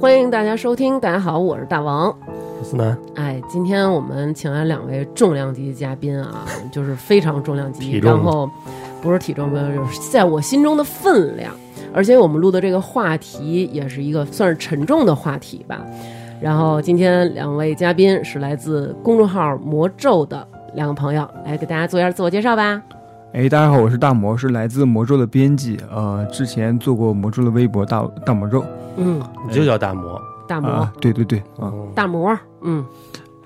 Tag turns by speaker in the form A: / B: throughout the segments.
A: 欢迎大家收听，大家好，我是大王。
B: 思南
A: 哎，今天我们请来两位重量级嘉宾 啊，就是非常重量级，
B: 体重
A: 然后不是体重，不是就是在我心中的分量。而且我们录的这个话题也是一个算是沉重的话题吧。然后今天两位嘉宾是来自公众号“魔咒”的两个朋友，来给大家做一下自我介绍吧。
C: 哎，大家好，我是大魔，是来自魔咒的编辑，呃，之前做过魔咒的微博大大魔咒
A: 嗯，
B: 你就叫大魔，
A: 大魔，
C: 啊，对对对啊，
B: 嗯，
A: 大魔，嗯，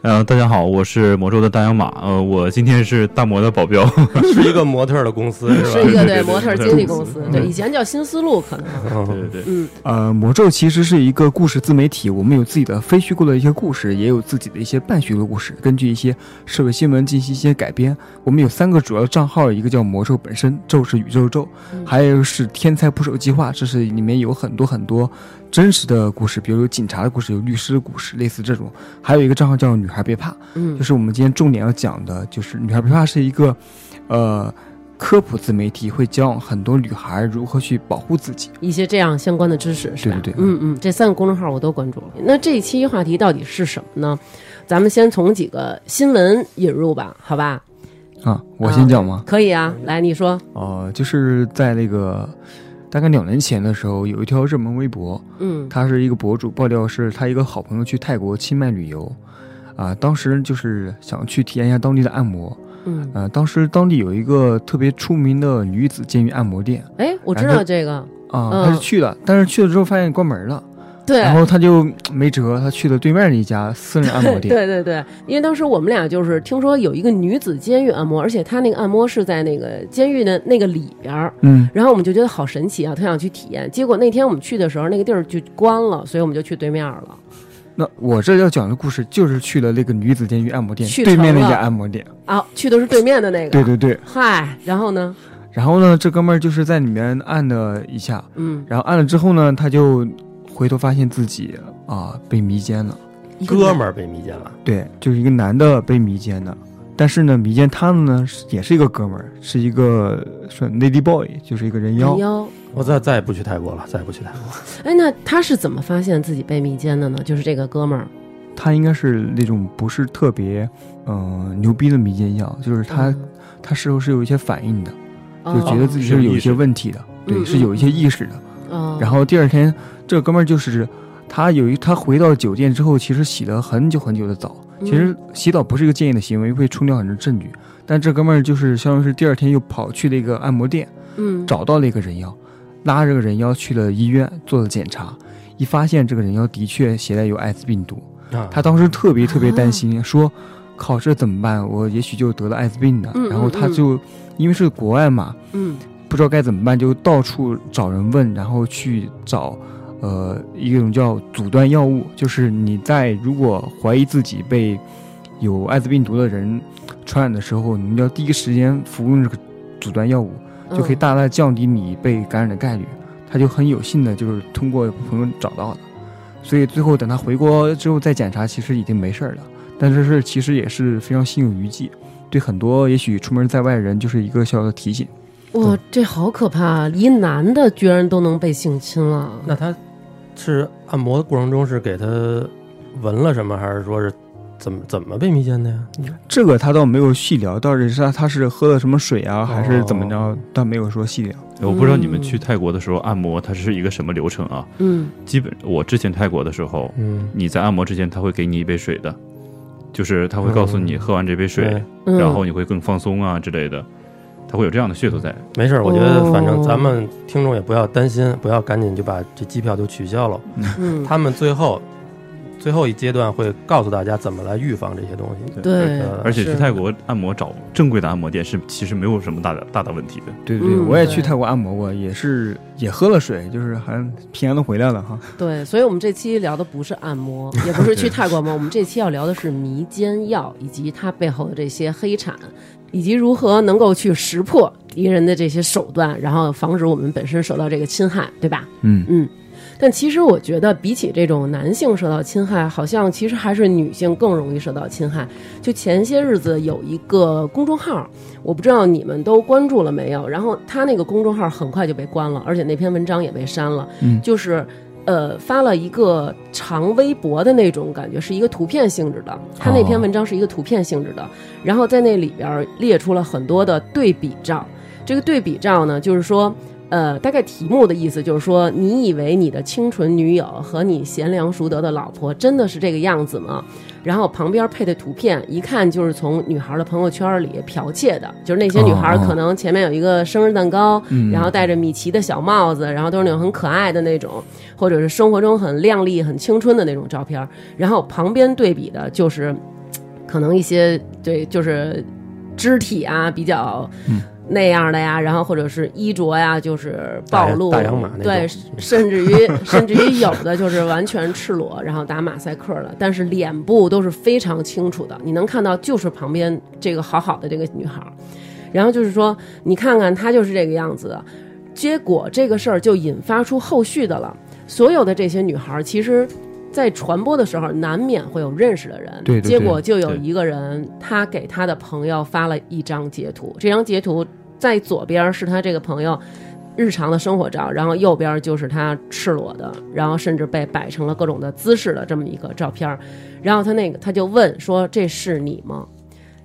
D: 呃，大家好，我是魔咒的大洋马，呃，我今天是大魔的保镖，
B: 是一个模特儿的 公司是
A: 是
B: 吧？
A: 一个
D: 对对对
A: 模特儿
D: 对
A: 经纪
D: 对
A: 公
D: 对
A: 司，
D: 对
A: 对，以前叫新思路，可能，
B: 嗯，
D: 对对对，
A: 嗯，
C: 呃，魔咒其实是一个故事自媒体，我们有自己的非虚构的一些故事，也有自己的一些半虚构故事，根据一些社会新闻进行一些改编。我们有三个主要的账号，一个叫魔咒本身，咒是宇宙咒，
A: 嗯
C: 还有是天才捕手计划，这是里面有很多很多真实的故事，比如有警察的故事，有律师的故事，类似这种。还有一个账号叫女孩别怕。
A: 嗯
C: 就，是我们今天重点要讲的，就是女孩不怕是一个，呃，科普自媒体，会教很多女孩如何去保护自己。
A: 一些这样相关的知识，是吧？
C: 对对对
A: 嗯嗯，这三个公众号我都关注了。那这一期话题到底是什么呢？咱们先从几个新闻引入吧，好吧？
C: 啊，我先讲吗？
A: 可以啊，来你说，
C: 呃，就是在那个大概两年前的时候，有一条热门微博，
A: 嗯
C: 他是一个博主爆料，是他一个好朋友去泰国清迈旅游，啊，当时就是想去体验一下当地的按摩，
A: 嗯，
C: 呃，当时当地有一个特别出名的女子监狱按摩店，
A: 哎，我知
C: 然
A: 道
C: 后
A: 这个，
C: 啊，
A: 嗯
C: 他是去了，但是去了之后发现关门了。
A: 对。
C: 然后他就没辙，他去了对面的一家私人按摩店。
A: 对对对，因为当时我们俩就是听说有一个女子监狱按摩，而且她那个按摩是在那个监狱的那个里边儿，
C: 嗯，
A: 然后我们就觉得好神奇啊，特想去体验。结果那天我们去的时候，那个地儿就关了，所以我们就去对面了。
C: 那我这要讲的故事就是去了那个女子监狱按摩店
A: 去
C: 对面
A: 成
C: 那
A: 了
C: 家按摩店。
A: 啊，去的是对面的那个。
C: 对。对对。
A: 嗨，然后呢？
C: 然后呢，这哥们儿就是在里面按了一下，
A: 嗯，
C: 然后按了之后呢，他就回头发现自己啊、被迷奸了。
B: 哥们儿被迷奸了，
C: 对，就是一个男的被迷奸的。但是呢，迷奸他的呢是也是一个哥们儿，是一个说 lady boy，就是一个人妖。
A: 妖。
B: 我再再也不去泰国了，再也不去泰国了。
A: 哎，那他是怎么发现自己被迷奸的呢？就是这个哥们儿，
C: 他应该是那种不是特别嗯、呃牛逼的迷奸药，就是他、
A: 嗯
C: 他事后是有一些反应的，就
A: 哦
C: 觉得自己
D: 是有
C: 是有
D: 意
C: 一些
D: 识
C: 问题的，
A: 嗯
C: 对，是
A: 嗯
C: 有一些意识的。
A: 哦，
C: 然后第二天，这哥们儿就是他有一他回到酒店之后，其实洗了很久很久的澡。
A: 嗯
C: 其实洗澡不是一个建议的行为，会冲掉很多证据。但这哥们儿就是相当于是第二天又跑去了一个按摩店，
A: 嗯，
C: 找到了一个人妖，拉着这个人妖去了医院做了检查，一发现这个人妖的确携带有艾滋病毒。
B: 啊
C: 他当时特别特别担
A: 啊
C: 心，说：“靠，这怎么办？我也许就得了艾滋病呢。
A: 嗯
C: 然后他
A: 嗯嗯
C: 就因为是国外嘛，
A: 嗯
C: 不知道该怎么办，就到处找人问，然后去找，呃，一种叫阻断药物，就是你在如果怀疑自己被有艾滋病毒的人传染的时候，你要第一时间服用这个阻断药物，
A: 嗯，
C: 就可以大大降低你被感染的概率。他就很有幸的，就是通过朋友找到的，所以最后等他回国之后再检查，其实已经没事儿了。但这事儿其实也是非常心有余悸，对很多也许出门在外的人就是一个小小的提醒。嗯
A: 哇，这好可怕啊！一男的居然都能被性侵了，
B: 那他是按摩的过程中是给他闻了什么，还是说是怎么怎么被迷奸的呀？
C: 这个他倒没有细聊，到底是他他是喝了什么水啊，还是怎么
B: 哦
C: 着，倒没有说细聊。
D: 我不知道你们去泰国的时候按摩它是一个什么流程啊？
A: 嗯，
D: 基本我之前泰国的时候，
B: 嗯，
D: 你在按摩之前他会给你一杯水的，就是他会告诉你
B: 嗯
D: 喝完这杯水，
A: 嗯
D: 然后你会更放松啊之类的，他会有这样的噱头在。
B: 没事儿，我觉得
A: 哦
B: 反正咱们听众也不要担心，不要赶紧就把这机票就取消了。
A: 嗯，
B: 他们最后最后一阶段会告诉大家怎么来预防这些东西。
A: 对
B: 呃
D: 而且去
A: 是
D: 泰国按摩找正规的按摩店是其实没有什么大的大的问题的。
C: 对对对，
A: 嗯
C: 我也去
A: 对
C: 泰国按摩过，也是也喝了水，就是还平安的回来了哈。
A: 对，所以我们这期聊的不是按摩，也不是去泰国按摩，我们这期要聊的是迷奸药以及它背后的这些黑产，以及如何能够去识破敌人的这些手段，然后防止我们本身受到这个侵害，对吧？
C: 嗯，
A: 嗯，但其实我觉得，比起这种男性受到侵害，好像其实还是女性更容易受到侵害。就前些日子有一个公众号，我不知道你们都关注了没有，然后他那个公众号很快就被关了，而且那篇文章也被删了。
C: 嗯
A: 就是呃发了一个长微博的那种感觉，是一个图片性质的。他那篇
D: 哦
A: 文章是一个图片性质的，然后在那里边儿列出了很多的对比照。这个对比照呢，就是说。呃，大概题目的意思就是说，你以为你的清纯女友和你贤良淑德的老婆真的是这个样子吗？然后旁边配的图片，一看就是从女孩的朋友圈里剽窃的，就是那些女孩
D: 哦哦
A: 可能前面有一个生日蛋糕，
C: 嗯
A: 然后戴着米奇的小帽子，然后都是那种很可爱的那种，或者是生活中很靓丽、很青春的那种照片儿。然后旁边对比的就是，嘖可能一些对，就是肢体啊比较
C: 嗯
A: 那样的呀，然后或者是衣着呀，就是暴露，
B: 大洋马那种嗯
A: 对，甚至于甚至于有的就是完全赤裸，然后打马赛克了，但是脸部都是非常清楚的，你能看到就是旁边这个好好的这个女孩儿。然后就是说，你看看她就是这个样子的，结果这个事儿就引发出后续的了。所有的这些女孩儿，其实，在传播的时候，难免会有认识的人。
C: 对对对
A: 结果就有
D: 对
A: 一个人，他给他的朋友发了一张截图，这张截图在左边是他这个朋友。日常的生活照，然后右边就是他赤裸的，然后甚至被摆成了各种的姿势的这么一个照片儿，然后他那个他就问说：“这是你吗？”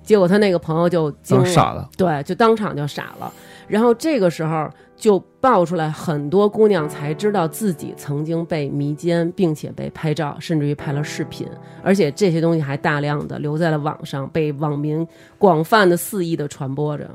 A: 结果他那个朋友就惊
C: 当
A: 了，
C: 傻了，
A: 对，就当场就傻了。然后这个时候就爆出来很多姑娘才知道自己曾经被迷奸，并且被拍照，甚至于拍了视频，而且这些东西还大量的留在了网上，被网民广泛的肆意的传播着。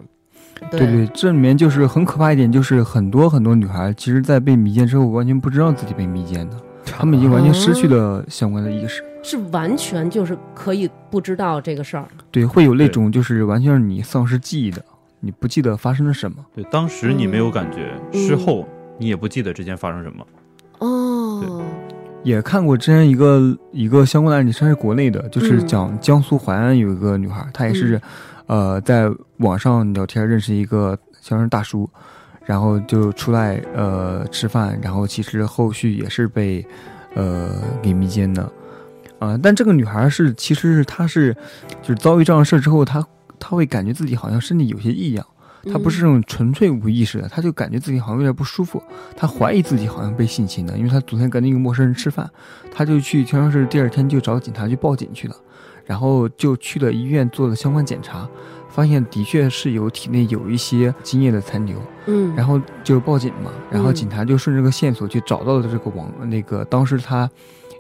A: 对
C: 对对，这里面就是很可怕一点，就是很多很多女孩，其实，在被迷奸之后，完全不知道自己被迷奸的，她们已经完全失去了相关的意识。
A: 是完全就是可以不知道这个事儿。
C: 对，会有那
D: 对
C: 种就是完全是你丧失记忆的，你不记得发生了什么。
D: 对，当时你没有感觉，
A: 嗯
D: 事后你也不记得之前发生什么。
A: 哦，
C: 也看过之前一个一个相关的案例，是在国内的，就是
A: 嗯
C: 讲江苏淮安有一个女孩，她也是，呃，在网上聊天认识一个相声大叔，然后就出来呃吃饭，然后其实后续也是被呃给迷奸的，啊、但这个女孩是其实是她是就是遭遇这样的事之后，她她会感觉自己好像身体有些异样。她不
A: 嗯
C: 是那种纯粹无意识的，她就感觉自己好像有点不舒服，她怀疑自己好像被性侵了，因为她昨天跟那个陌生人吃饭，她就去天上市，第二天就找警察去报警去了，然后就去了医院做了相关检查，发现的确是有体内有一些精液的残留，
A: 嗯，
C: 然
A: 后
C: 后就报警嘛，然后
A: 嗯
C: 警察就顺着这个线索去找到了这个网那个当时他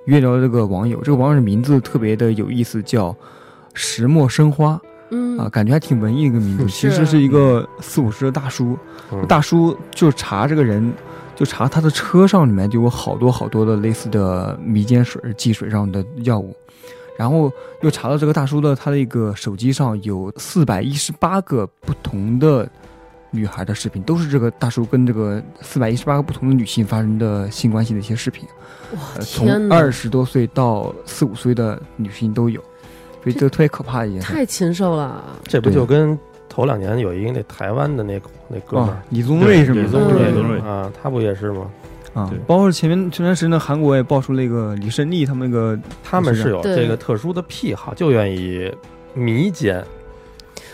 C: 约聊的这个网友，这个网友的名字特别的有意思，叫石墨生花。
A: 嗯
C: 啊，感觉还挺文艺一个名字，其
A: 是
C: 实是一个四五十的大叔，
B: 嗯
C: 大叔就查这个人，就查他的车上里面就有好多好多的类似的迷奸水、剂水上的药物，然后又查到这个大叔的他的一个手机上有四百一十八个不同的女孩的视频，都是这个大叔跟这个四百一十八个不同的女性发生的性关系的一些视频，
A: 哇，
C: 呃、
A: 天
C: 从
A: 哪
C: 二，十多岁到四五岁的女性都有，所以这个特别可怕的一件事。
A: 太禽兽
C: 啊
A: 了。
B: 这不就跟头两年有一个那台湾的那那哥们
C: 啊
B: 儿，
C: 李宗瑞是吗？
D: 李
B: 宗
A: 嗯
B: 瑞
A: 李宗
D: 瑞
B: 啊，他不也是吗？
C: 啊
D: 对，
C: 包括前面前段时间呢韩国也爆出那个李胜利他们那个，
B: 他们是有
A: 对
B: 这个特殊的癖好，就愿意迷奸。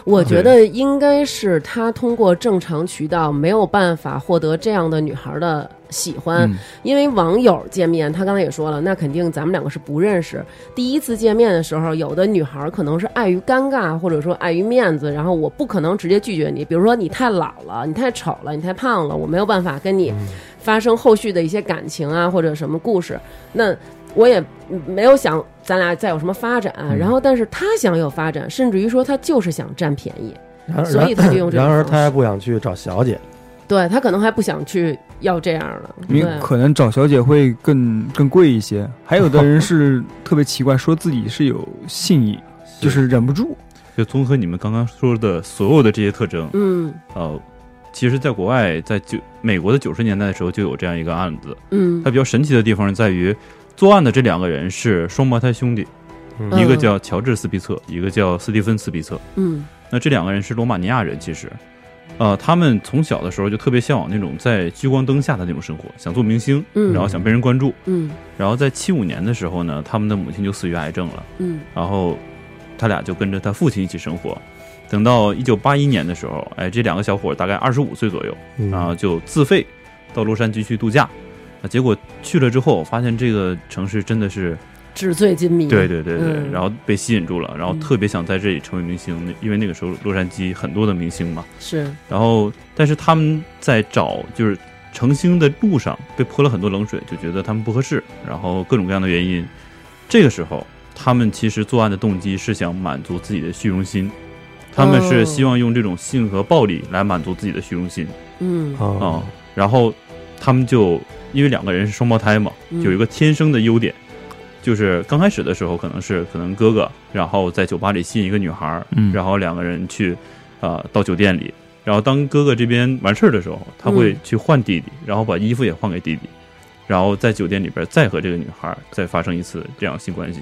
A: 我觉得应该是他通过正常渠道没有办法获得这样的女孩的喜欢，
C: 嗯，
A: 因为网友见面，他刚才也说了，那肯定咱们两个是不认识。第一次见面的时候，有的女孩可能是碍于尴尬，或者说碍于面子，然后我不可能直接拒绝你，比如说你太老了，你太丑了，你太胖了，我没有办法跟
B: 嗯
A: 你发生后续的一些感情啊，或者什么故事。那我也没有想咱俩再有什么发展，然后但是他想有发展，甚至于说他就是想占便宜。
B: 然而
A: 所以他就用这种
B: 然而
A: 方式
B: 他还不想去找小姐，
A: 对他可能还不想去要这样了，
C: 因
A: 对
C: 为可能找小姐会更更贵一些。还有的人是特别奇怪，说自己是有性瘾，就是忍不住。
D: 就综合你们刚刚说的所有的这些特征，
A: 嗯
D: 呃，其实在国外，在九美国的九十年代的时候就有这样一个案子，
A: 嗯
D: 它比较神奇的地方在于，作案的这两个人是双胞胎兄弟，
B: 嗯
D: 一个叫乔治·斯皮策，一个叫斯蒂芬·斯皮策。
A: 嗯
D: 那这两个人是罗马尼亚人，其实，呃，他们从小的时候就特别向往那种在聚光灯下的那种生活，想做明星，
A: 嗯，
D: 然后想被人关注。
A: 嗯
D: 然后在七五年的时候呢，他们的母亲就死于癌症了，
A: 嗯
D: 然后他俩就跟着他父亲一起生活。等到一九八一年的时候，哎，这两个小伙儿大概二十五岁左右，
B: 嗯
D: 然后就自费到洛杉矶去度假，啊，结果去了之后发现这个城市真的是，
A: 纸醉金迷。
D: 对对对对，
A: 嗯
D: 然后被吸引住了，然后
A: 嗯
D: 特别想在这里成为明星，那因为那个时候洛杉矶很多的明星嘛，
A: 是
D: 然后但是他们在找就是成星的路上被泼了很多冷水，就觉得他们不合适，然后各种各样的原因。这个时候，他们其实作案的动机是想满足自己的虚荣心，他们
A: 哦
D: 是希望用这种性和暴力来满足自己的虚荣心
A: 嗯
D: 啊、
B: 哦，
D: 然后他们就因为两个人是双胞胎嘛，
A: 嗯
D: 有一个天生的优点。就是刚开始的时候，可能是可能哥哥，然后在酒吧里吸引一个女孩儿，
C: 嗯
D: 然后两个人去，呃，到酒店里，然后当哥哥这边完事儿的时候，他会
A: 嗯
D: 去换弟弟，然后把衣服也换给弟弟，然后在酒店里边再和这个女孩儿再发生一次这样性关系。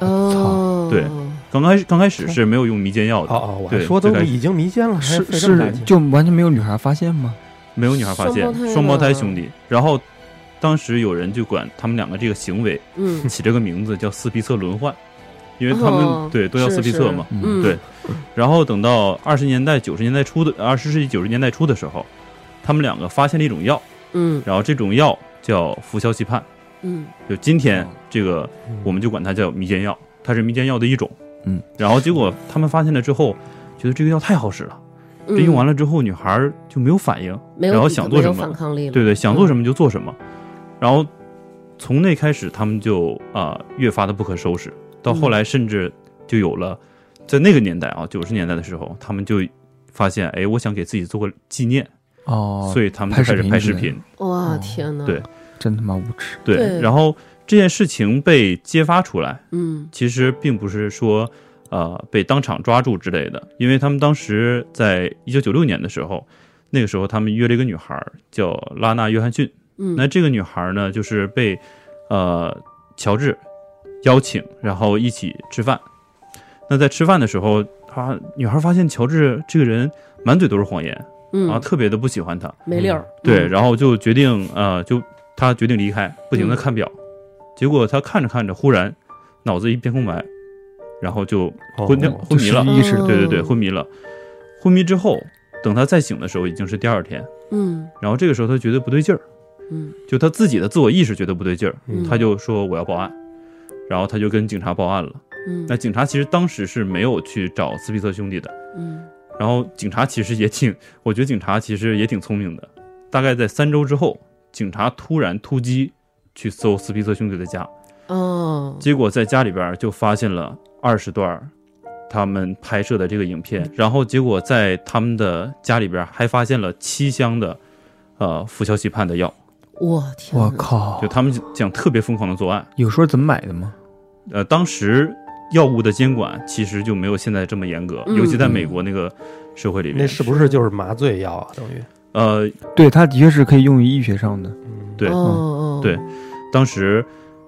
A: 哦，
D: 对刚开始刚开始是没有用迷奸药的，
B: 哦，我还
D: 对
B: 说
D: 最
B: 都
D: 开始
B: 已经迷奸了，还
C: 是
B: 费这么大
C: 是
B: 劲
C: 就完全没有女孩发现吗？
D: 没有女孩发现
A: 双胞胎啊
D: 双胞胎兄弟，然后当时有人就管他们两个这个行为
A: 嗯，
D: 起这个名字叫斯皮策轮换，因为他们、
A: 哦
D: 对都要斯
A: 是
D: 皮策嘛，
A: 是
C: 嗯
A: 嗯，
D: 对然后等到二十年代九十年代初的二十世纪九十年代初的时候，他们两个发现了一种药，
A: 嗯
D: 然后这种药叫氟硝西泮，
A: 嗯
D: 就今天
C: 哦
D: 这个
B: 嗯
D: 我们就管它叫迷奸药，它是迷奸药的一种。
C: 嗯，
D: 然后结果他们发现了之后，觉得这个药太好使了，这用完
A: 了，
D: 了之后女孩儿就没有反应，
A: 没有
D: 然后
A: 抵
D: 想
A: 没
D: 做什
A: 有
D: 么
A: 反抗力了，
D: 对对，
C: 嗯
D: 想做什么就做什么。然后从那开始，他们就啊、越发的不可收拾，到
C: 嗯
D: 后来甚至就有了，在那个年代啊九十年代的时候，他们就发现，哎，我想给自己做个纪念，
C: 哦，
D: 所以他们就开始拍
C: 拍
D: 视
C: 视频之类的
D: 频。
A: 哇
C: 哦
A: 天哪，
D: 对
C: 真他妈无耻！
D: 对，
A: 对
D: 然后这件事情被揭发出来，
A: 嗯
D: 其实并不是说呃被当场抓住之类的，因为他们当时在一九九六年的时候，那个时候他们约了一个女孩儿叫拉娜·约翰逊，
A: 嗯，
D: 那这个女孩儿呢就是被呃乔治邀请，然后一起吃饭。那在吃饭的时候，啊，女孩发现乔治这个人满嘴都是谎言，
A: 嗯
D: 然后特别的不喜欢他。
A: 没溜儿，
D: 对，
A: 嗯
D: 然后就决定呃，就他决定离开，不停的看表，结果他看着看着，忽然脑子一片空白，然后就昏掉、
B: 哦
D: 昏迷了
C: 就，失意识
A: 嗯
D: 对对对，昏迷了。昏迷之后，等他再醒的时候已经是第二天，
A: 嗯
D: 然后这个时候他觉得不对劲儿，
A: 嗯
D: 就他自己的自我意识觉得不对劲儿，
A: 嗯
D: 他就说我要报案，然后他就跟警察报案了。
A: 嗯
D: 那警察其实当时是没有去找斯皮特兄弟的，
A: 嗯
D: 然后警察其实也挺， 我觉得警察其实也挺聪明的。大概在三周之后，警察突然突击去搜斯皮特兄弟的家，
A: 哦
D: 结果在家里边就发现了二十段他们拍摄的这个影片，然后结果在他们的家里边还发现了七箱的。呃，氟硝西泮的药，
A: 我天哪，
C: 我靠
D: 就！他们想特别疯狂的作案。
C: 有说怎么买的吗？
D: 呃，当时药物的监管其实就没有现在这么严格，
A: 嗯
D: 尤其在美国那个社会里
B: 那
D: 面。
B: 是不是就是麻醉药啊？等于，
D: 呃，
C: 对，它的确是可以用于医学上的。
B: 嗯，
D: 对
A: 哦哦
D: 对当时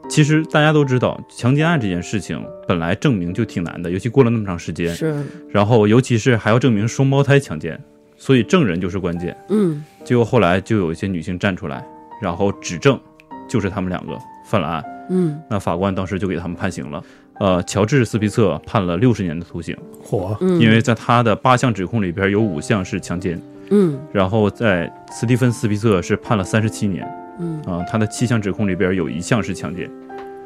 D: 其实大家都知道，强奸案这件事情本来证明就挺难的，尤其过了那么长时间，
A: 是
D: 然后尤其是还要证明双胞胎强奸，所以证人就是关键。
A: 嗯
D: 结果后来就有一些女性站出来，然后指证就是他们两个犯了案，
A: 嗯
D: 那法官当时就给他们判刑了。呃，乔治·斯皮策判了六十年的徒刑，
B: 火，
A: 嗯，
D: 因为在他的八项指控里边有五项是强奸，
A: 嗯
D: 然后在斯蒂芬·斯皮策是判了三十七年，
A: 嗯
D: 啊、他的七项指控里边有一项是强奸，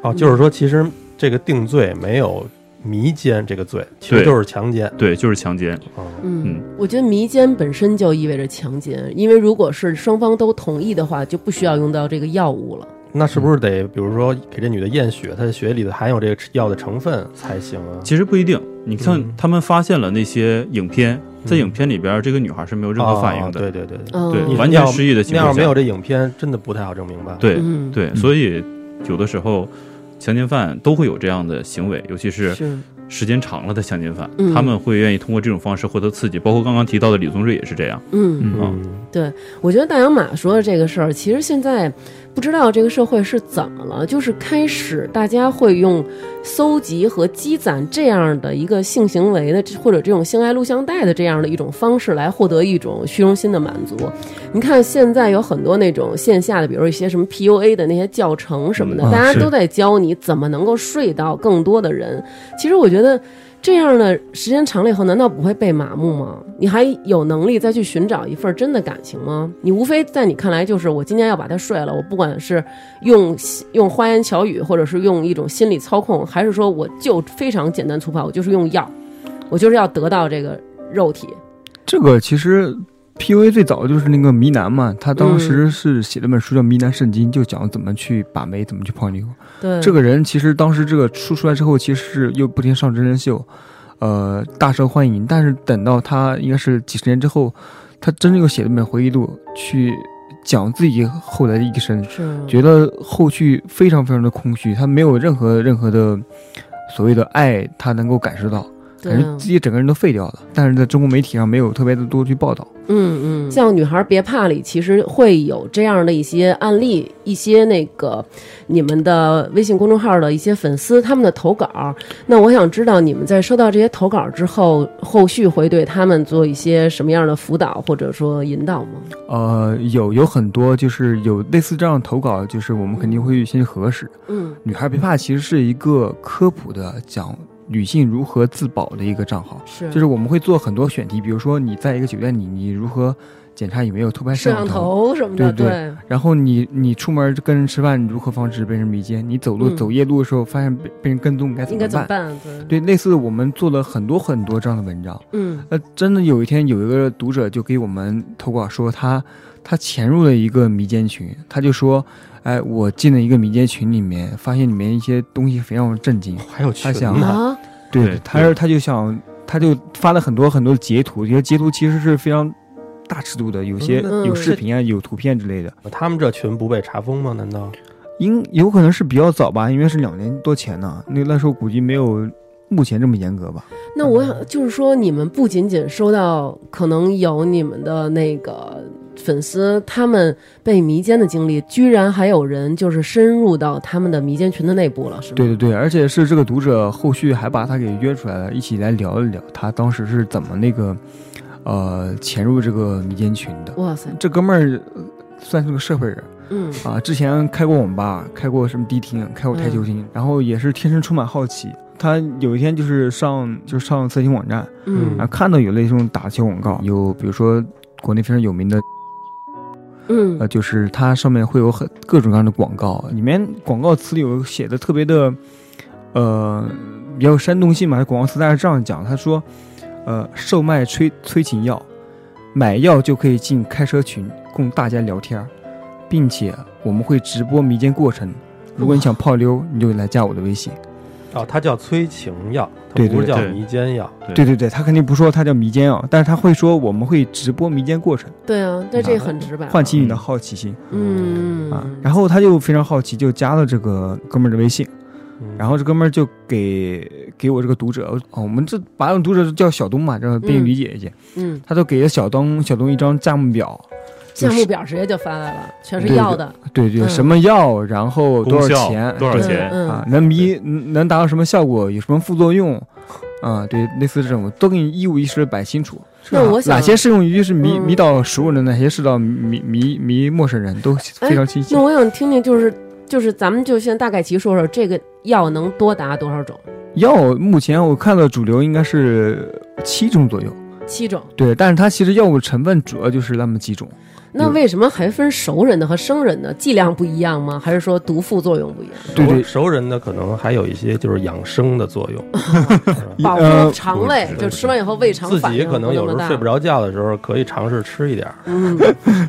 B: 哦，就是说其实这个定罪没有迷奸这个罪，其实
D: 对
B: 就是强奸。
D: 对，就是强奸。
B: 哦
A: 嗯，我觉得迷奸本身就意味着强奸，因为如果是双方都同意的话，就不需要用到这个药物了。
B: 那是
D: 嗯
B: 不是得比如说给这女的验血，她的血里头含有这个药的成分才行啊？
D: 其实不一定，你看
B: 嗯
D: 他们发现了那些影片，在影片里边，这个女孩是没有任何反应
B: 哦
D: 的，
B: 对对对对，
A: 嗯，
D: 对
B: 你
D: 完全失忆的情
B: 那
D: 况
B: 要是
D: 下
B: 没有这影片，真的不太好证明吧？，
D: 对
A: 嗯
D: 对，所以有的时候强奸犯都会有这样的行为，尤其是
A: 是
D: 时间长了的强奸犯
A: 嗯，
D: 他们会愿意通过这种方式获得刺激，包括刚刚提到的李宗瑞也是这样。
A: 嗯。
B: 嗯，
A: 我觉得大洋马说的这个事儿，其实现在不知道这个社会是怎么了，就是开始大家会用搜集和积攒这样的一个性行为的或者这种性爱录像带的这样的一种方式来获得一种虚荣心的满足。你看现在有很多那种线下的，比如一些什么 PUA 的那些教程什么的，
C: 嗯啊
A: 大家
C: 是
A: 都在教你怎么能够睡到更多的人。其实我觉得这样呢，时间长了以后，难道不会被麻木吗？你还有能力再去寻找一份真的感情吗？你无非在你看来就是我今天要把他睡了，我不管是用用花言巧语，或者是用一种心理操控，还是说我就非常简单粗暴，我就是用药，我就是要得到这个肉体。
C: 这个其实 PUA 最早就是那个迷男嘛，他当时是写了本书叫《迷男圣经》，就讲怎么去把妹，怎么去泡妞。
A: 对，
C: 这个人其实当时这个书出来之后，其实是又不停上真人秀，呃，大受欢迎。但是等到他应该是几十年之后，他真正又写了本回忆录，去讲自己后来的一生，
A: 是
C: 觉得后续非常非常的空虚，他没有任何任何的所谓的爱，他能够感受到，
A: 对
C: 感觉自己整个人都废掉了。但是在中国媒体上没有特别的多去报道。
A: 嗯嗯，像《女孩别怕》里，其实会有这样的一些案例，一些那个你们的微信公众号的一些粉丝他们的投稿。那我想知道你们在收到这些投稿之后，后续会对他们做一些什么样的辅导或者说引导吗？
C: 呃，有有很多就是有类似这样的投稿，就是我们肯定会先去核实。
A: 嗯
C: 女孩别怕其实是一个科普的，讲女性如何自保的一个账号。
A: 是啊
C: 就是我们会做很多选题，比如说你在一个酒店里，你如何检查有没有偷拍
A: 摄
C: 摄
A: 像
C: 像头，
A: 头什么的，
C: 对对然后你你出门跟人吃饭，你如何防止被人迷奸？你走路、
A: 嗯
C: 走夜路的时候发现被被人跟踪，该怎
A: 应
C: 么
A: 该怎
C: 办？
A: 么办？对，
C: 对，类似我们做了很多很多这样的文章。
A: 嗯
C: 呃，真的有一天有一个读者就给我们投稿说他，他潜入了一个迷奸群，他就说，哎，我进了一个迷奸群里面，发现里面一些东西非常震
D: 哦
C: 惊。
B: 还有群
C: 他想
B: 呢，
A: 啊，
D: 对
C: 他
D: 对
C: 他就想，他就发了很多很多截图，有些截图其实是非常大尺度的，有些
A: 嗯
C: 有视频啊，有图片之类的。
B: 他们这群不被查封吗？难道
C: 应有可能是比较早吧，因为是两年多前呢，那那时候估计没有目前这么严格吧。
A: 那我想就是说，你们不仅仅收到可能有你们的那个粉丝他们被迷奸的经历，居然还有人就是深入到他们的迷奸群的内部了，是吗？
C: 对对对，而且是这个读者后续还把他给约出来了，一起来聊一聊他当时是怎么那个，呃，潜入这个迷奸群的。
A: 哇塞，
C: 这哥们儿呃算是个社会人
A: 嗯
C: 啊，之前开过网吧，开过什么迪厅，开过台球厅，然后也是天生充满好奇。他有一天就是上就是上色情网站啊，
A: 嗯
C: 看到有类似这种打球广告，有比如说国内非常有名的
A: 嗯
C: 呃，就是它上面会有很各种各样的广告，里面广告词有写的特别的，呃，比较有煽动性嘛。广告词大概是这样讲，他说，呃，售卖催催情药，买药就可以进开车群供大家聊天儿，并且我们会直播迷奸过程。如果你想泡妞，你就来加我的微信。
B: 哦，它叫催情药，它
C: 对
B: 不是
C: 对
B: 叫
D: 对
B: 迷奸药。
C: 对对对，他肯定不说他叫迷奸啊，但是他会说我们会直播迷奸过程，
A: 对啊，那这很直白，
C: 唤起你的好奇心
A: 嗯
C: 啊。然后他就非常好奇，就加了这个哥们儿的微信。
B: 嗯
C: 然后这哥们儿就给给我这个读者，哦，我们这把读者叫小东嘛，这样便于理解一些。
A: 嗯，
C: 他就给了小东小东一张价目表，
A: 项目表直接就发来了，全是
C: 对
A: 要的，
C: 对对，
A: 嗯
C: 什么药，然后多
D: 功效
C: 少钱，
D: 多少
C: 对
D: 钱？
A: 嗯
C: 啊，能迷能达到什么效果，有什么副作用。啊，对，类似这种都给你一五一十地摆清楚。
A: 那我
C: 啊
A: 想
C: 哪些适用于是迷
A: 嗯
C: 迷倒熟人的，哪些适到迷迷迷陌生人，都非常清晰
A: 哎那。我想听听就是。就是咱们就先大概齐说说这个药能多达多少种，
C: 药目前我看到主流应该是七种左右。
A: 七种。
C: 对，但是它其实药物成分主要就是那么几种。
A: 那为什么还分熟人的和生人的？剂量不一样吗？还是说毒副作用不一样？
C: 对对
B: 熟熟人的可能还有一些就是养生的作用，是吧
A: 保护
C: 呃
A: 肠胃，
D: 不是
A: 就吃完以后胃肠
B: 自
A: 反
B: 己
A: 应
B: 可能有时
A: 不那么
B: 候
A: 大
B: 睡不。着觉的时候，可以尝试吃一点儿。
A: 嗯，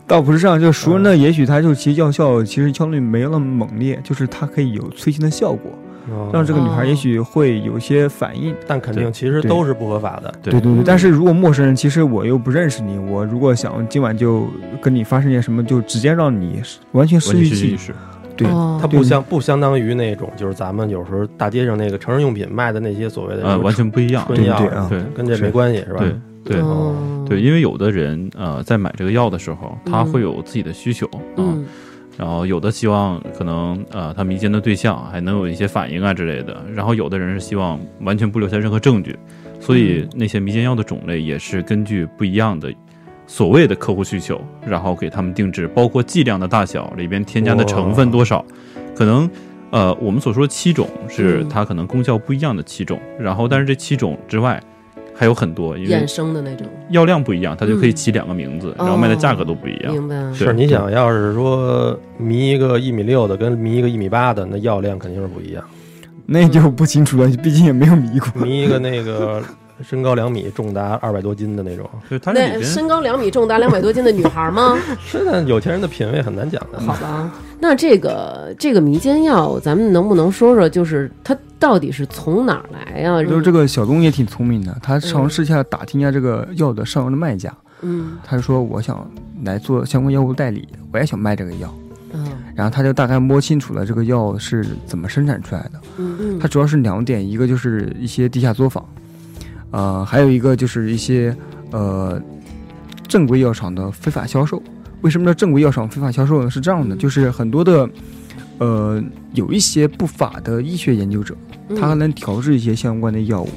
C: 倒不是这样，就是熟人呢，也许它就其实药效其实效率没那么猛烈，就是它可以有催情的效果，
D: 哦
B: 嗯
C: 让这个女孩也许会有些反应。
B: 但肯定其实都是不合法的。
D: 对
C: 对
A: 嗯
C: 对，但是如果陌生人，其实我又不认识你，我如果想今晚就跟你发生点什么，就直接让你完全失
D: 完全
C: 去
D: 是
C: 记
D: 意
C: 忆。
D: 识，
C: 对
A: 哦
B: 它
C: 嗯
B: 不相不相当于那种就是咱们有时候大街上那个成人用品卖的那些所谓的
D: 呃，完全不一样。
B: 春药
C: 对对啊，嗯
D: 对
B: 跟这没关嗯系是吧？
D: 对对
A: 哦
D: 对，因为有的人呃，在买这个药的时候，他
A: 嗯
D: 会有自己的需求啊，
A: 嗯
D: 然后有的希望可能呃，他迷奸的对象还能有一些反应啊之类的，然后有的人是希望完全不留下任何证据，所
A: 嗯
D: 以那些迷奸药的种类也是根据不一样的。所谓的客户需求，然后给他们定制，包括剂量的大小，里边添加的成分多少，可能呃，我们所说的七种是
A: 嗯
D: 它可能功效不一样的七种，然后但是这七种之外还有很多，因为
A: 衍生的那种，
D: 药量不一样，它就可以起两个名字，
A: 嗯
D: 然后卖的价格都不一样。
A: 明白啊？
D: 对
B: 是你想要是说迷一个一米六的跟迷一个一米八的，那药量肯定是不一样。
C: 那就不清楚了，毕竟也没有迷过。
B: 迷一个那 个身高两米、重达二百多斤的那种，
D: 就是它这里
A: 那
D: 边
A: 身高两米、重达两百多斤的女孩吗？
B: 是的，有钱人的品味很难讲的。
A: 好吧，那这个这个迷奸药，咱们能不能说说，就是它到底是从哪儿来啊呀、
C: 就是这个小东也挺聪明的，他尝试一下打听一下这个药的上游的卖家。
A: 嗯
C: 他就说我想来做相关药物代理，我也想卖这个药。
A: 嗯
C: 然后他就大概摸清楚了这个药是怎么生产出来的。
A: 嗯，
C: 它主要是两点，一个就是一些地下作坊，呃，还有一个就是一些呃正规药厂的非法销售。为什么叫正规药厂非法销售呢？是这样的，就是很多的呃有一些不法的医学研究者，
A: 嗯
C: 他能调制一些相关的药物。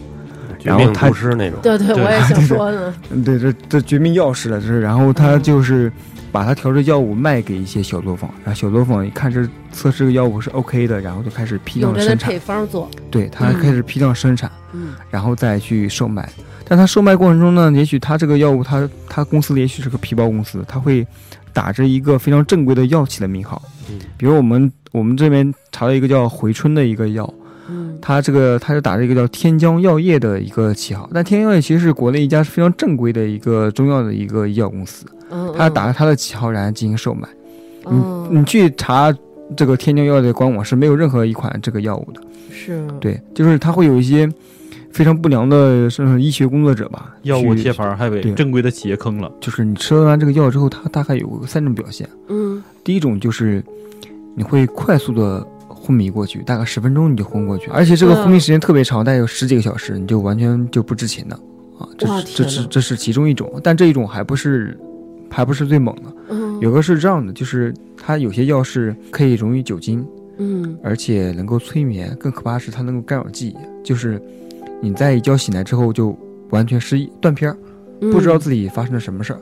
B: 绝
C: 然后
B: 命
C: 他
B: 厨师那种，
A: 对对，
D: 对
A: 我也想说呢，
C: 嗯，对，这这绝命钥匙了，这是。然后他就是把它调制药物卖给一些小作坊，然后小作坊一看这测试药物是 OK 的，然后就开始批量
A: 用它
C: 地
A: 的
C: 生产
A: 配，方做，
C: 对，他
A: 嗯
C: 开始批量生产，
A: 嗯
C: 然后再去售卖。但他售卖过程中呢，也许他这个药物，他他公司也许是个皮包公司，他会打着一个非常正规的药企的名号，
B: 嗯
C: 比如我们我们这边查到一个叫回春的一个药，
A: 嗯
C: 它这个它就打着一个叫天江药业的一个旗号，但天江药业其实是国内一家非常正规的一个中药的一个医药公司，
A: 嗯，
C: 它打着它的旗号然后进行售卖。
A: 嗯
C: 你去查这个天江药业的官网是没有任何一款这个药物的，
A: 是，
C: 嗯
D: 嗯
C: 对，就是它会有一些非常不良的甚至医学工作者吧，
D: 药物
C: 去
D: 贴牌，还被
C: 对
D: 正规的企业坑了。
C: 就是你吃完这个药之后，它大概有三种表现，
A: 嗯
C: 第一种就是你会快速的。昏迷过去，大概十分钟你就昏过去，而且这个昏迷时间特别长，大概有十几个小时，你就完全就不知情了啊！这
A: 哇
C: 是这
A: 天
C: 是
A: 哪
C: 这是其中一种，但这一种还不是还不是最猛的。
A: 嗯，
C: 有个是这样的，就是它有些药是可以溶于酒精，
A: 嗯
C: 而且能够催眠，更可怕的是它能够干扰记忆，就是你在一觉醒来之后就完全失忆断片儿，
A: 嗯
C: 不知道自己发生了什么事儿。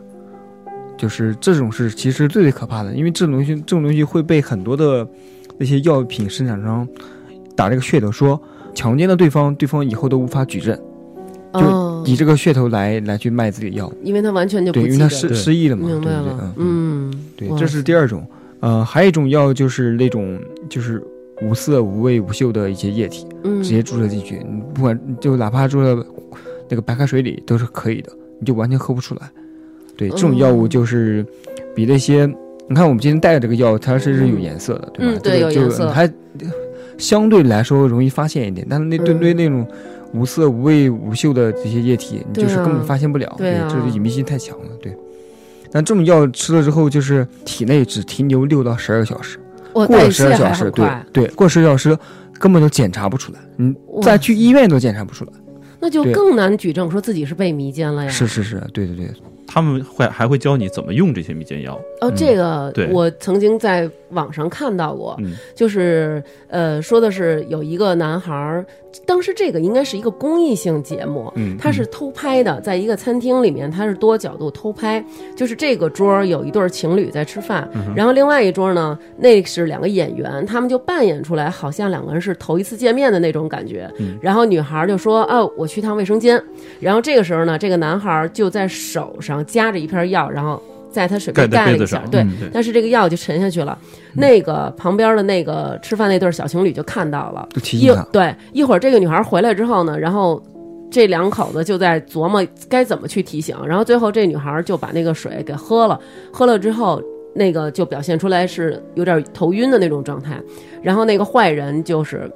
C: 就是这种是其实最最可怕的，因为这种东西这种东西会被很多的那些药品生产商打这个噱头说强奸了对方，对方以后都无法举证，就
A: 哦
C: 以这个噱头来来去卖自己的药，
A: 因为他完全就不
C: 对，因
A: 记
C: 为
A: 得
C: 他
A: 了
C: 失
B: 对
C: 失忆了嘛，对
A: 明
C: 不对
A: 白？了
C: 嗯，，
A: 嗯，
C: 对
A: 哇，
C: 这是第二种。呃，还有一种药就是那种就是无色无味无嗅的一些液体，
A: 嗯
C: 直接注射进去，你不管就哪怕注射那个白开水里都是可以的，你就完全喝不出来。对，这种
A: 嗯
C: 药物就是比那些，你看我们今天带的这个药，它是是有颜色的，对吧？
A: 嗯对
C: 这
A: 有
C: 个就
A: 颜色
C: 还相对来说容易发现一点，但是那对
A: 嗯
C: 对那种无色无味无嗅的这些液体，你就是根本发现不了，
A: 对啊
C: 这个隐蔽性太强了，对。但这种药吃了之后，就是体内只停留六到十二个小时，
A: 我
C: 过
A: 呃代
C: 了十
A: 谢
C: 二
A: 还
C: 小时，
A: 很
C: 对
A: 快，
C: 对，过十二小时根本就检查不出来，你
A: 哇
C: 再去医院都检查不出来。
A: 那就
C: 对
A: 更难举证说自己是被迷奸了呀。
C: 是是是，对对对，
D: 他们会还会教你怎么用这些迷奸药，
A: 哦，
C: 嗯
A: 这个
D: 对
A: 我曾经在网上看到过，
D: 嗯，
A: 就是呃，说的是有一个男孩儿，当时这个应该是一个公益性节目。
D: 嗯
A: 他是偷拍的，在一个餐厅里面，他是多角度偷拍，就是这个桌儿有一对儿情侣在吃饭，
D: 嗯
A: 然后另外一桌呢，那是两个演员，他们就扮演出来，好像两个人是头一次见面的那种感觉。
D: 嗯
A: 然后女孩儿就说：“啊，我去趟卫生间。”然后这个时候呢，这个男孩儿就在手上夹着一片药，然后在他水杯
D: 盖在
A: 盖了
D: 杯
A: 一
D: 子
A: 下，
D: 上
A: 对，
D: 嗯对
A: 但是这个药就沉下去了。那个旁边的那个吃饭那对儿小情侣就看到了，
C: 就提
A: 一
C: 醒他，
A: 对一会儿这个女孩回来之后呢，然后这两口子就在琢磨该怎么去提醒，然后最后这女孩就把那个水给喝了，喝了之后。那个就表现出来是有点头晕的那种状态，然后那个坏人就是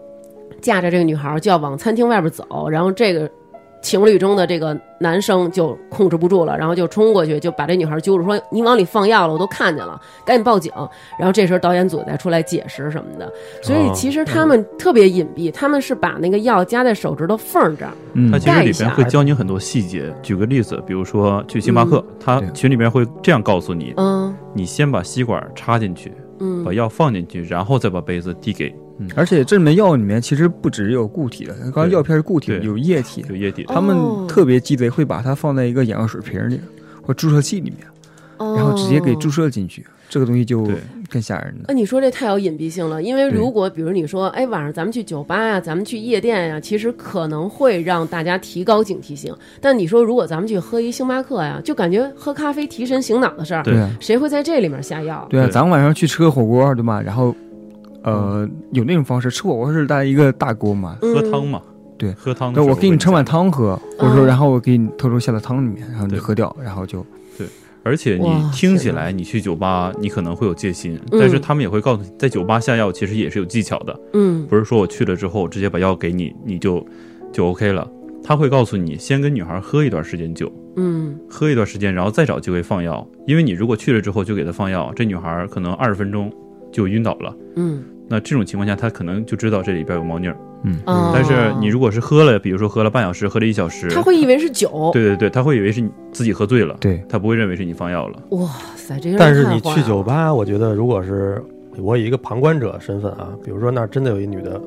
A: 架着这个女孩就要往餐厅外边走，然后这个情侣中的这个男生就控制不住了，然后就冲过去就把这女孩揪住，说你往里放药了，我都看见了，赶紧报警。然后这时候导演组再出来解释什么的，所以
B: 哦
A: 其实他们特别隐蔽，他们是把那个药夹在手指头缝儿这儿。
C: 嗯
D: 它，其实
A: 盖
D: 里
A: 一下
D: 边会教你很多细节。
A: 嗯
D: 举个例子，比如说去星巴克，它
C: 对
D: 群里边会这样告诉你：
A: 嗯
D: 你先把吸管插进去，把
A: 嗯
D: 药放进去，然后再把杯子递给
C: 而且这里面药里面其实不只有固体的，刚刚
D: 对
C: 药片是固体的，
D: 对
C: 有液体的，
D: 有液体的。
A: 哦
C: 他们特别鸡贼，会把它放在一个眼药水瓶里或注射器里面，
A: 哦
C: 然后直接给注射进去，这个东西就
D: 对
C: 更吓人了。
A: 那你说这太有隐蔽性了，因为
C: 对
A: 如果比如你说，哎，晚上咱们去酒吧呀、咱们去夜店呀、其实可能会让大家提高警惕性。但你说如果咱们去喝一星巴克呀、就感觉喝咖啡提神醒脑的事儿，
D: 对
C: 啊，
A: 谁会在这里面下药？
C: 对啊，
D: 对嗯
C: 咱们晚上去吃个火锅，对吧？然后，呃，有那种方式，吃火锅是带一个大锅嘛，
A: 嗯
D: 喝汤嘛，
C: 对
D: 喝汤的
C: 那
D: 时候
C: 我
D: 问
C: 给你盛碗汤喝，或者说，
A: 嗯
C: 然后我给你偷偷下到汤里面，然后你
D: 对
C: 喝掉，然后就
D: 而且
A: 哇嗯
D: 你听起
A: 天
D: 来，
A: 哪
D: 你去酒吧你可能会有戒心，但是他们也会告诉你，在酒吧下药其实也是有技巧的，
A: 嗯
D: 不是说我去了之后我直接把药给你，你就就 OK 了。他会告诉你，先跟女孩喝一段时间酒，
A: 嗯
D: 喝一段时间，然后再找机会放药，因为你如果去了之后就给她放药，这女孩可能二十分钟就晕倒了。
A: 嗯，
D: 那这种情况下，她可能就知道这里边有猫腻儿。
C: 嗯，
A: 哦
D: 但是你如果是喝了，比如说喝了半小时，喝了一小时，
A: 他会以为是酒，
D: 对对对，她会以为是你自己喝醉了，
C: 对，
D: 她不会认为是你放药了。
A: 哇塞，这个人
B: 但是
A: 太
B: 你
A: 坏
B: 去
A: 了
B: 酒吧，我觉得如果是我以一个旁观者身份啊，比如说那儿真的有一女的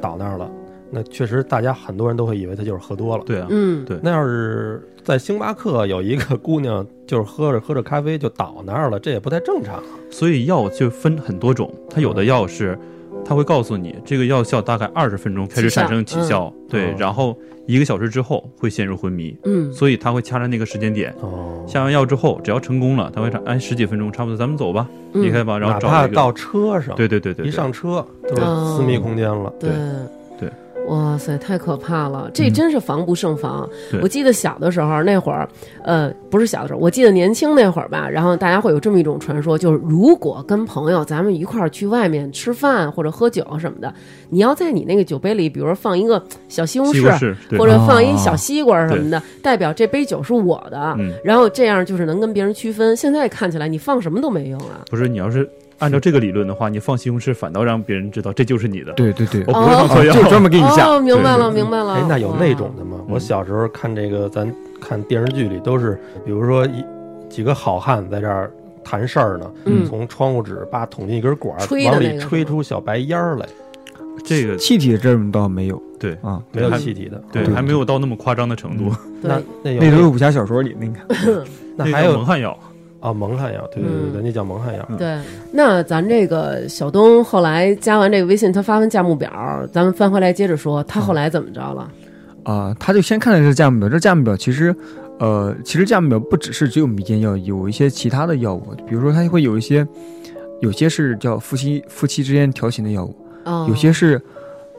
B: 倒那儿了，那确实大家很多人都会以为她就是喝多了。
D: 对啊，
A: 嗯
D: 对
B: 那要是在星巴克有一个姑娘就是喝着喝着咖啡就倒那儿了，这也不太正常。啊
D: 所以药就分很多种，它有的药是，它会告诉你这个药效大概二十分钟开始产生起
A: 起效
D: 效，对，
B: 哦
D: 然后一个小时之后会陷入昏迷，
A: 嗯
D: 所以它会掐着那个时间点。
B: 哦，
D: 下完药之后，只要成功了，他会说：“哎，十几分钟差不多，咱们走吧，
A: 嗯
D: 离开吧。”然后
B: 哪
D: 找
B: 怕
D: 一个
B: 到车上，
D: 对对对对，对
B: 一上车就是
A: 哦
B: 私密空间了。
A: 对
D: 对。嗯
A: 哇塞，太可怕了！这真是防不胜防。
D: 对
A: 我记得小的时候那会儿，呃，不是小的时候，我记得年轻那会儿吧，然后大家会有这么一种传说，就是如果跟朋友咱们一块儿去外面吃饭或者喝酒什么的，你要在你那个酒杯里，比如说放一个小西红
D: 西
A: 柿
D: 红，柿，对
A: 或，者放一
C: 哦
A: 小西瓜什么的，代表这杯酒是我的。
D: 嗯，
A: 然后这样就是能跟别人区分。现在看起来你放什么都没用啊！
D: 不是你要是按照这个理论的话，你放西红柿反倒让别人知道这就是你的，
C: 对对对，
D: 我不
A: 哦
D: 会放错
C: 啊
D: 药，
C: 就专门给你下，
A: 哦，明白了，
D: 对对
A: 明白了。
B: 哎，那有那种
A: 哇
B: 的吗？
D: 嗯
B: 我小时候看这个，咱看电视剧里都是，比如说一几个好汉在这儿谈事儿呢，
A: 嗯
B: 从窗户纸叭捅进一根管儿
A: 吹，的
B: 往
A: 那
B: 里
A: 个
B: 吹
A: 是吗
B: 出小白烟儿来，
D: 这个
C: 气体这儿倒没有
D: 对
C: 啊，
B: 没有
D: 还
B: 气体的。嗯
D: 对
C: 对
D: 还没有到那么夸张的程度，
B: 那
A: 嗯对，
B: 那有
C: 那都是武侠小说里那个。
B: 那
D: 这
B: 还
D: 叫
B: 有
D: 蒙汗药，
B: 啊，蒙汗药，对对
A: 嗯
B: 对对，那叫蒙汗药。
A: 对，那咱这个小东后来加完这个微信，他发完价目表，咱们翻回来接着说，他后来怎么着了？
C: 啊、他就先看了这价目表，这价目表其实，呃，其实价目表不只是只有迷奸药，有一些其他的药物，比如说它会有一些，有些是叫夫妻夫妻之间调情的药物，
A: 哦，
C: 有些是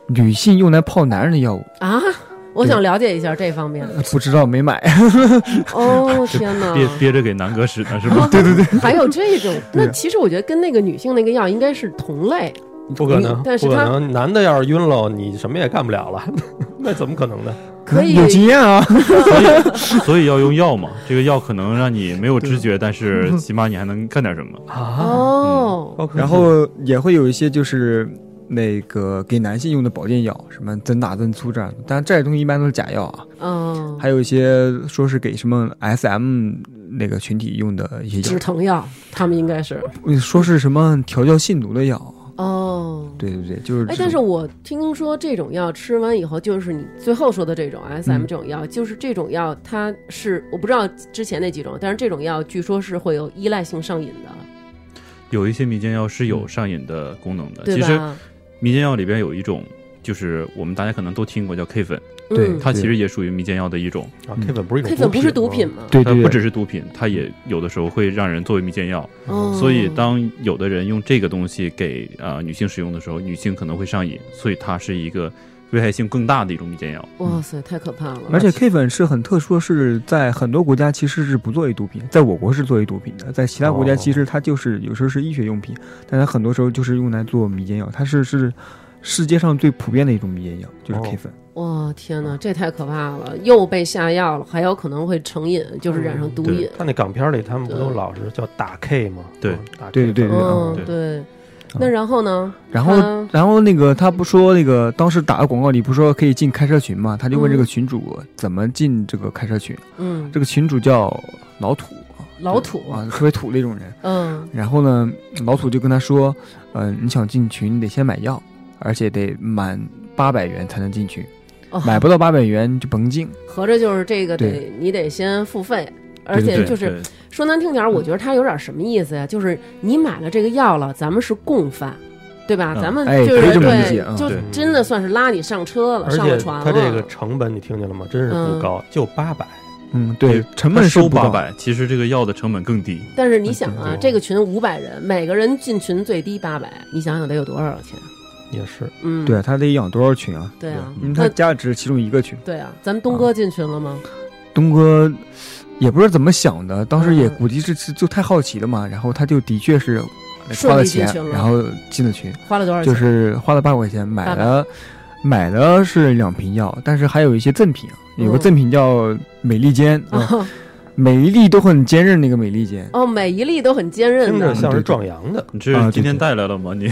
C: 女性用来泡男人的药物，
A: 啊，我想了解一下这方面。
C: 呃不知道没买。
A: 哦，天哪！
D: 憋憋着给南哥使呢，是吧？
A: 对对对，还有这 种，
C: 对
A: 那其实我觉得跟那个女性那个药应该是同类，
D: 嗯
B: 不可能，
A: 但是
B: 不可
A: 他
B: 能，男的要是晕了，你什么也干不了 了，那怎么可能呢？
A: 可以
C: 有经验啊，
D: 所以 所以要用药嘛，这个药可能让你没有知觉，但是起码你还能干点什么。
B: 啊，
A: 哦，
B: 高科技
C: 然后也会有一些就是那个给男性用的保健药，什么增大增粗这样的，但这些东西一般都是假药啊。
A: 嗯，
C: 还有一些说是给什么 SM 那个群体用的一些
A: 止
C: 药
A: 疼药，他们应该是
C: 嗯，说是什么调教性奴的药。
A: 哦。
C: 对对对，就是这种。
A: 哎，但是我听说这种药吃完以后，就是你最后说的这种 S M
C: 嗯
A: 这种药，就是这种药，它是我不知道之前那几种，但是这种药据说是会有依赖性上瘾的，
D: 有一些迷奸药是有上瘾的功能
C: 呃
D: 的，
A: 对
D: 其实
A: 吧？
D: 迷奸药里边有一种。就是我们大家可能都听过叫 K 粉，
C: 对
A: 嗯
D: 它其
C: 对
D: 实也属于迷奸药的一种，
B: 啊，K 粉不是一种
A: ，K 粉不是毒
B: 吗
A: 品吗？
C: 对
D: 它
C: 对
D: 不
C: 对，
D: 只是毒品，它也有的时候会让人作为迷奸药。
A: 哦
D: 所以当有的人用这个东西给呃女性使用的时候，女性可能会上瘾，所以它是一个危害性更大的一种迷奸药。
A: 哇塞，太可怕了！
C: 而且 K 粉是很特殊，是在很多国家其实是不作为毒品，在我国是作为毒品的，在其他国家
B: 哦
C: 其实它就是有时候是医学用品，但它很多时候就是用来做迷奸药，它是是世界上最普遍的一种迷奸药，就是
B: 哦
C: K 粉。
A: 哇天哪，这太可怕了，又被下药了，还有可能会成瘾，就是染
C: 嗯
A: 上毒
D: 对
A: 瘾。
B: 他那港片儿里他们不都老是叫打 K 吗？
D: 对
B: 嗯，打 K
C: 对对对对
A: 嗯，
D: 对
A: 对。那然后呢？
C: 然后
A: 他
C: 然后那个他不说那个当时打的广告里不说可以进开车群嘛，他就问
A: 嗯
C: 这个群主怎么进这个开车群，
A: 嗯，
C: 这个群主叫老土啊
A: 老土，
C: 啊，特别土的一种人。
A: 嗯
C: 然后呢，老土就跟他说，呃，你想进群，你得先买药，而且得满八百元才能进群，
A: 哦，
C: 买不到八百元就甭进。
A: 合着就是这个
C: 对
A: 得你得先付费，而且
D: 对
A: 就是
D: 对
A: 说难听点儿，我觉得他有点什么意思呀？就是你买了这个药了，咱们是共犯，对吧？
D: 嗯
A: 咱们
C: 哎
A: 就是
C: 可以这么理解
A: 对，
C: 嗯
A: 就
B: 对
A: 真的算是拉你上车了，
B: 而
A: 上了
B: 且
A: 船了。
B: 它这个成本你听见了吗？真是不高，就八百。
C: 嗯，对，成
D: 他
C: 本是
D: 收
C: 不
D: 八
C: 高，
D: 百，其实这个药的成本更低。
A: 但是你想啊，
B: 对
A: 这个群五百人，每个人进群最低八百，你想想得有多少钱？
B: 也是，
A: 嗯，
C: 对他得养多少群啊？
A: 对啊，
C: 因为
A: 那
C: 他加的只是其中一个群。
A: 对啊，咱们东哥进群了吗？
C: 东哥也不知道怎么想的，当时也
A: 嗯
C: 估计是是就太好奇了嘛，然后他就的确是
A: 顺
C: 花了
A: 利进
C: 钱
A: 群，了
C: 然后进了群，
A: 花了多少钱？
C: 就是花了八块钱买
A: 800
C: 了买的是两瓶药，但是还有一些赠品，有个
A: 嗯
C: 赠品叫美利坚，哦啊，
A: 哦
C: 每一粒都很坚韧那个美利坚，
A: 哦，每一粒都很坚韧
B: 听着
A: 的，
B: 像是壮阳的。
D: 你这
C: 啊
D: 是
C: 对
D: 今天
C: 对
D: 带来了吗？你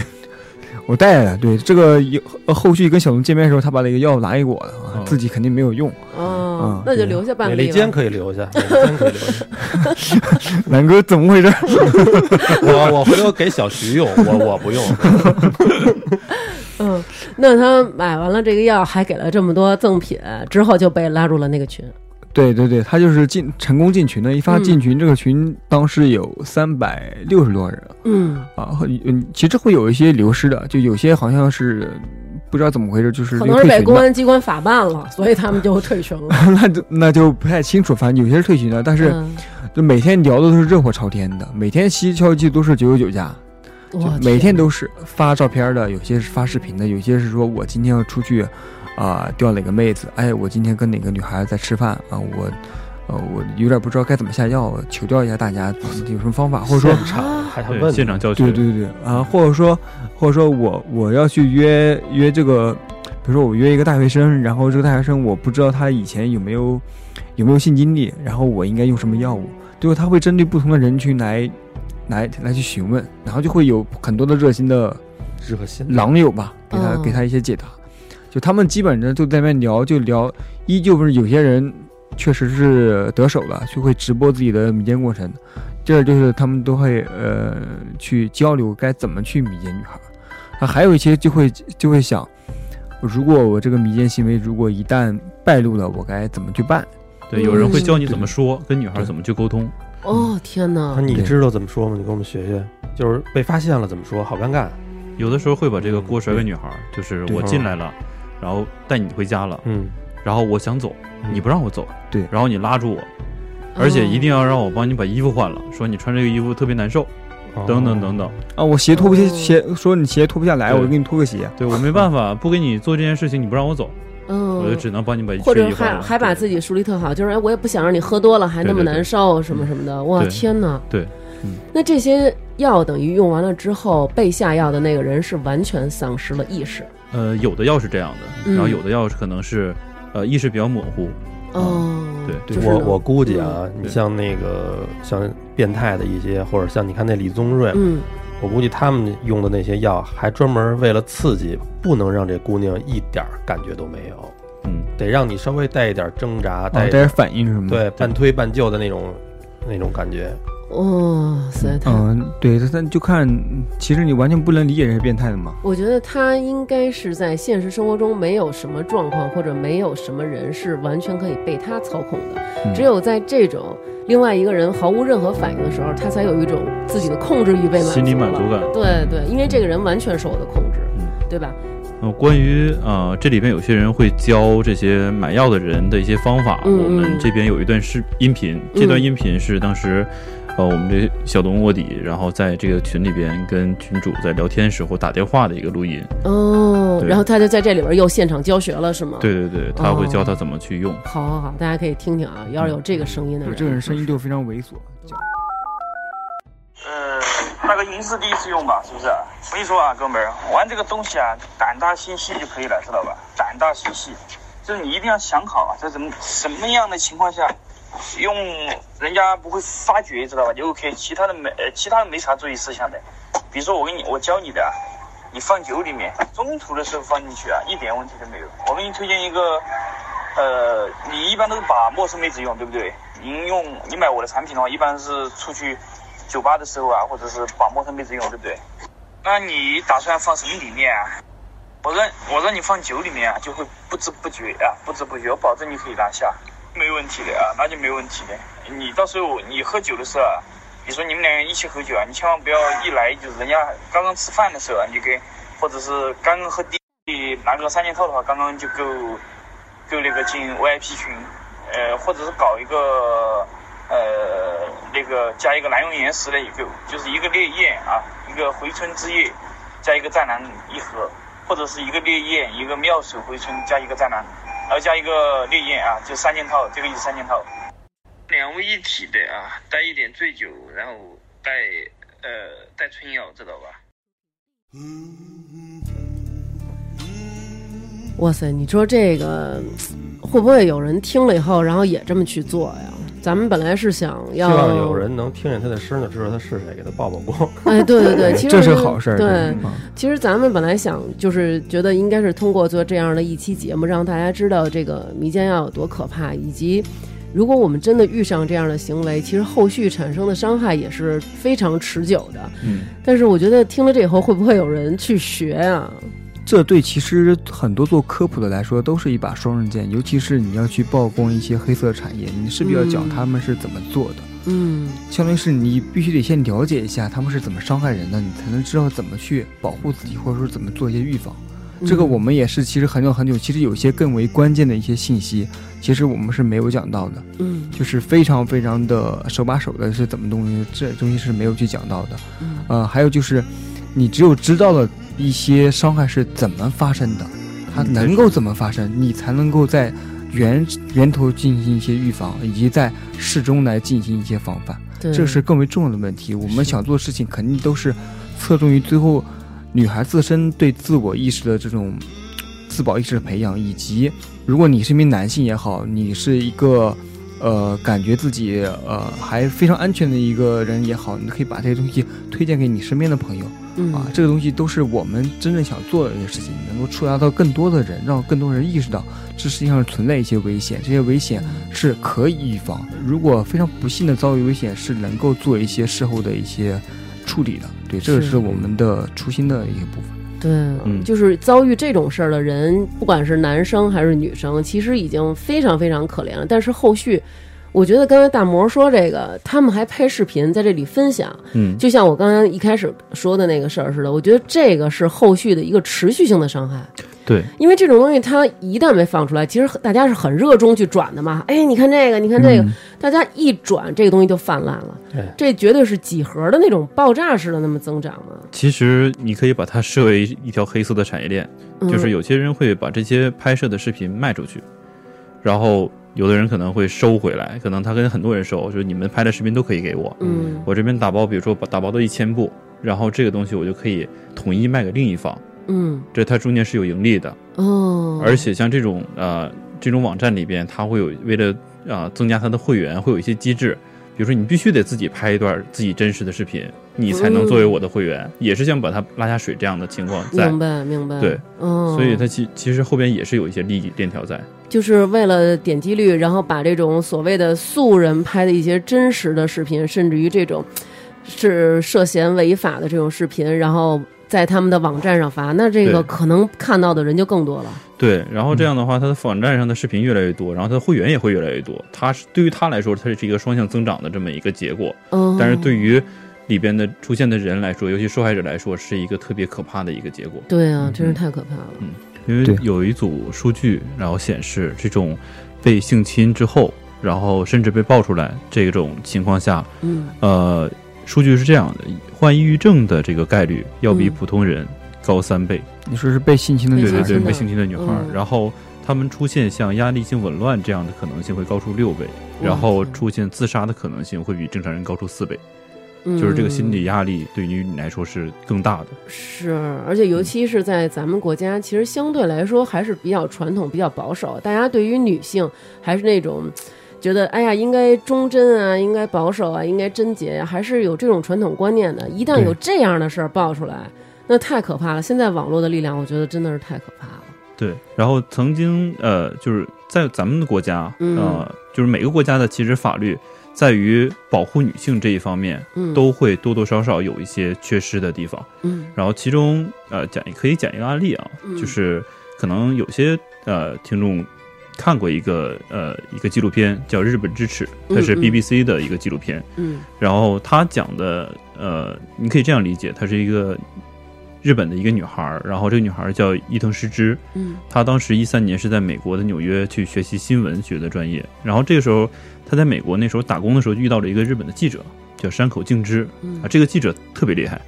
C: 我带了。对，这个有呃后续跟小龙见面的时候，他把那个药拿给我了啊
D: 哦，
C: 自己肯定没有用。
A: 哦
C: 嗯，
A: 那就留下半
B: 美
A: 粒
B: 利
A: 吧
B: 坚可以留下，美利坚可以留下。
C: 南哥怎么回事？
B: 我我回头给小徐用，我我不用。
A: 嗯，那他买完了这个药，还给了这么多赠品，之后就被拉入了那个群。
C: 对对对，他就是进成功进群的，一发
A: 嗯
C: 进群，这个群当时有三百六十多人
A: 嗯，
C: 啊，和嗯，其实会有一些流失的，就有些好像是不知道怎么回事，就是
A: 可
C: 这个
A: 能是
C: 退
A: 被
C: 群
A: 公
C: 的，
A: 安机关法办了，所以他们就退群了。
C: 那就那就不太清楚，反正有些是退群的，但是
A: 嗯，
C: 就每天聊的都是热火朝天的，每天西消息都是九九九加，就
A: 我
C: 每天都是发照片的，有些是发视频的，有些是说我今天要出去啊、钓哪个妹子，哎，我今天跟哪个女孩子在吃饭啊，我呃我有点不知道该怎么下药，求教一下大家有什么方法，或者说
B: 现场还还
D: 对
B: 问
D: 现场教学，
C: 对对对对啊，或者说或者说我我要去约约这个，比如说我约一个大学生，然后这个大学生我不知道他以前有没有有没有性经历，然后我应该用什么药物，最后他会针对不同的人群来来来去询问，然后就会有很多的热心的
B: 热心
C: 狼友吧，给他、
A: 嗯
C: 给他一些解答。就他们基本上就在那边聊，就聊，依旧不是有些人确实是得手了，就会直播自己的迷奸过程。第二就是他们都会呃去交流该怎么去迷奸女孩，啊，还有一些就会就会想，如果我这个迷奸行为如果一旦败露了，我该怎么去办？
D: 对，有人会教你
C: 嗯
D: 怎么说，跟女孩怎么去沟通。
A: 哦天
B: 那
A: 哪，
B: 啊你知道怎么说吗？你跟我们学学，就是被发现了怎么说，好尴尬。
D: 有的时候会把这个锅甩给女孩，就是
C: 对
D: 我进来了，然后带你回家了，
B: 嗯，
D: 然后我想走，你不让我走，
C: 嗯对
D: 然后你拉住我，而
A: 哦嗯
D: 且一定要让我帮你把衣服换了，说你穿这个衣服特别难受，
C: 哦
B: 哦
D: 等等等等。
C: 啊，我鞋脱不下
A: 哦
C: 鞋，说你鞋脱不下来，
D: 对
C: 我给你脱个鞋。啊
D: 对我没办法，不给你做这件事情，你不让我走，
A: 嗯，
D: 我就只能帮你把
A: 或
D: 缺
A: 者
D: 衣换
A: 还
D: 了。
A: 还把
D: 对
A: 自己树立特好，就是哎，我也不想让你喝多了还那么
D: 对对对
A: 难受什么什么的。哇
D: 对
A: 天哪，
D: 对嗯
A: 那这些药等于用完了之后，被下药的那个人是完全丧失了意识。
D: 呃，有的药是这样的，
A: 嗯
D: 然后有的药是可能是呃意识比较模糊，
A: 哦，
D: 对
A: 就是
B: 我
A: 呢
B: 我估计啊，你
D: 对
B: 像那个像变态的一些，或者像你看那李宗瑞，
A: 嗯，
B: 我估计他们用的那些药，还专门为了刺激，不能让这姑娘一点儿感觉都没有，
D: 嗯，
B: 得让你稍微带一点挣扎，
C: 啊，
B: 带
C: 带
B: 一点
C: 点反应什么的。
B: 对半推半就的那种那种感觉。
A: 哇塞，他
C: 嗯，对，他他就看，其实你完全不能理解这些变态的嘛。
A: 我觉得他应该是在现实生活中没有什么状况，或者没有什么人是完全可以被他操控的。
C: 嗯
A: 只有在这种另外一个人毫无任何反应的时候，他才有一种自己的控制欲被满足了
D: 心理满足感。
A: 对对，因为这个人完全受我的控制，
D: 嗯
A: 对吧？
D: 呃，关于呃，这里边有些人会教这些买药的人的一些方法。
A: 嗯
D: 我们这边有一段视音频，这段音频是当时，呃，我们这小东卧底，然后在这个群里边跟群主在聊天时候打电话的一个录音。
A: 哦，
D: 对
A: 然后他就在这里边又现场教学了，是吗？，
D: 对对对，他会
A: 哦
D: 教他怎么去用。
A: 好好好，大家可以听听啊，要是有这个声音的
C: 就
A: 人，
C: 这个
D: 嗯
C: 人声音就非常猥琐。
E: 呃，大概一次第一次用吧，是不是？我跟你说啊，哥们儿，玩这个东西啊，胆大心细就可以了，知道吧？胆大心细，就是你一定要想好啊，在怎么什么样的情况下用，人家不会发觉，知道吧？就 OK。其他的没，呃其他的没啥注意事项的。比如说我给你，我教你的啊，你放酒里面，中途的时候放进去啊，一点问题都没有。我给你推荐一个，呃，你一般都是把陌生妹子用，对不对？您用你买我的产品的话，一般是出去酒吧的时候啊，或者是把陌生妹子用，对不对？那你打算放什么里面啊？我让我让你放酒里面啊，就会不知不觉啊，不知不觉，我保证你可以拿下。没问题的啊，那就没问题的。你到时候你喝酒的时候啊，比如说你们两个人一起喝酒啊，你千万不要一来就是人家刚刚吃饭的时候啊，你就跟，或者是刚刚喝第拿个三件套的话，刚刚就够够那个进 VIP 群，呃，或者是搞一个呃那个加一个南用岩石的也够，就是一个烈焰啊，一个回春之夜，加一个湛蓝一盒，或者是一个烈焰，一个妙手回春加一个湛蓝，然后加一个烈焰啊，就三件套，这个就是三件套。两位一体的啊，带一点醉酒，然后带呃带春药，知道吧？
A: 哇塞，你说这个嗯会不会有人听了以后，然后也这么去做呀？咱们本来是想
B: 希
A: 要
B: 望有人能听见他的声呢，知道他是谁，给他曝曝光。
A: 哎，对对对，其实
C: 这是好事儿。
A: 对，
C: 嗯
A: 其实咱们本来想就是觉得应该是通过做这样的一期节目，让大家知道这个迷奸药有多可怕，以及如果我们真的遇上这样的行为，其实后续产生的伤害也是非常持久的。
C: 嗯，
A: 但是我觉得听了这以后，会不会有人去学啊？
C: 这对其实很多做科普的来说都是一把双刃剑，尤其是你要去曝光一些黑色产业，你势必要讲
A: 嗯
C: 他们是怎么做的，
A: 嗯，
C: 相当于是你必须得先了解一下他们是怎么伤害人的，你才能知道怎么去保护自己，或者说怎么做一些预防。
A: 嗯
C: 这个我们也是，其实很久很久，其实有一些更为关键的一些信息，其实我们是没有讲到的，
A: 嗯
C: 就是非常非常的手把手的是怎么东西，这东西是没有去讲到的。
A: 嗯
C: 呃，还有就是，你只有知道了一些伤害是怎么发生的，它
D: 嗯
C: 能够怎么发生，你才能够在源源头进行一些预防，以及在事中来进行一些防范，
A: 对，
C: 这是更为重要的问题。我
A: 是
C: 们想做的事情，肯定都是侧重于最后女孩自身对自我意识的这种自保意识的培养，以及如果你是一名男性也好，你是一个。呃，感觉自己呃还非常安全的一个人也好，你可以把这些东西推荐给你身边的朋友
A: 嗯
C: 啊，这个东西都是我们真正想做的一些事情，能够触达到更多的人，让更多人意识到这世界上存在一些危险，这些危险是可以预防。如果非常不幸的遭遇危险，是能够做一些事后的一些处理的。对，这个
A: 是
C: 是我们的初心的一个部分。
A: 对，
D: 嗯
A: 就是遭遇这种事儿的人，不管是男生还是女生，其实已经非常非常可怜了。但是后续，我觉得刚才大魔说这个，他们还拍视频在这里分享，
D: 嗯，
A: 就像我刚刚一开始说的那个事儿似的，我觉得这个是后续的一个持续性的伤害。
D: 对，
A: 因为这种东西它一旦被放出来，其实很大家是很热衷去转的嘛。哎，你看这个，你看
D: 嗯
A: 这个，大家一转，这个东西就泛滥了
B: 对。
A: 这绝对是几何的那种爆炸式的那么增长嘛。
D: 其实你可以把它视为一条黑色的产业链，
A: 嗯、
D: 就是有些人会把这些拍摄的视频卖出去，然后有的人可能会收回来，可能他跟很多人收，就是你们拍的视频都可以给我，
A: 嗯
D: 我这边打包，比如说打包到一千部，然后这个东西我就可以统一卖给另一方，
A: 嗯
D: 这它中间是有盈利的，
A: 哦，
D: 而且像这种呃这种网站里边，它会有为了啊、呃增加它的会员，会有一些机制，比如说你必须得自己拍一段自己真实的视频，你才能作为我的会员，也是想把它拉下水这样的情况在
A: 明，白明白，
D: 对，
A: 嗯，
D: 所以它其其实后边也是有一些利益链条在。
A: 就是为了点击率，然后把这种所谓的素人拍的一些真实的视频，甚至于这种是涉嫌违法的这种视频，然后在他们的网站上发，那这个
D: 对
A: 可能看到的人就更多了。
D: 对，然后这样的话，它的网站上的视频越来越多，然后它的会员也会越来越多。它是对于它来说，它是一个双向增长的这么一个结果。
A: 嗯，
D: 但是对于里边的出现的人来说，尤其受害者来说，是一个特别可怕的一个结果。
A: 对啊，真是太可怕了。
D: 因
C: 对
D: 为有一组数据，然后显示这种被性侵之后，然后甚至被爆出来这种情况下，
A: 嗯
D: 呃，数据是这样的，患抑郁症的这个概率要比
A: 嗯
D: 普通人高三倍。
C: 你说是被性侵的女
D: 对
C: 孩
D: 对对，
A: 侵嗯的
D: 被性侵的女孩儿，
A: 嗯
D: 然后她们出现像压力性紊乱这样的可能性会高出六倍，然后出现自杀的可能性会比正常人高出四倍，
A: 嗯，
D: 就是这个心理压力对于你来说是更大的。
A: 是，而且
D: 嗯
A: 尤其是在咱们国家，其实相对来说还是比较传统、比较保守。大家对于女性还是那种觉得，哎呀，应该忠贞啊，应该保守啊，应该贞洁呀、还是有这种传统观念的。一旦有这样的事儿爆出来，那太可怕了。现在网络的力量，我觉得真的是太可怕了。
D: 对，然后曾经呃，就是在咱们的国家，
A: 嗯
D: 呃，就是每个国家的其实法律在于保护女性这一方面，
A: 嗯，
D: 都会多多少少有一些缺失的地方。
A: 嗯
D: 然后其中呃讲可以讲一个案例啊
A: 嗯，
D: 就是可能有些呃听众看过一个呃一个纪录片叫《日本之耻》，它是
A: 嗯嗯
D: BBC 的一个纪录片。
A: 嗯
D: 然后他讲的，呃，你可以这样理解，她是一个日本的一个女孩儿，然后这个女孩儿叫伊藤诗织，
A: 嗯
D: 她当时一三年是在美国的纽约去学习新闻学的专业，然后这个时候她在美国那时候打工的时候就遇到了一个日本的记者，叫山口敬之
A: 嗯
D: 啊，这个记者特别厉害，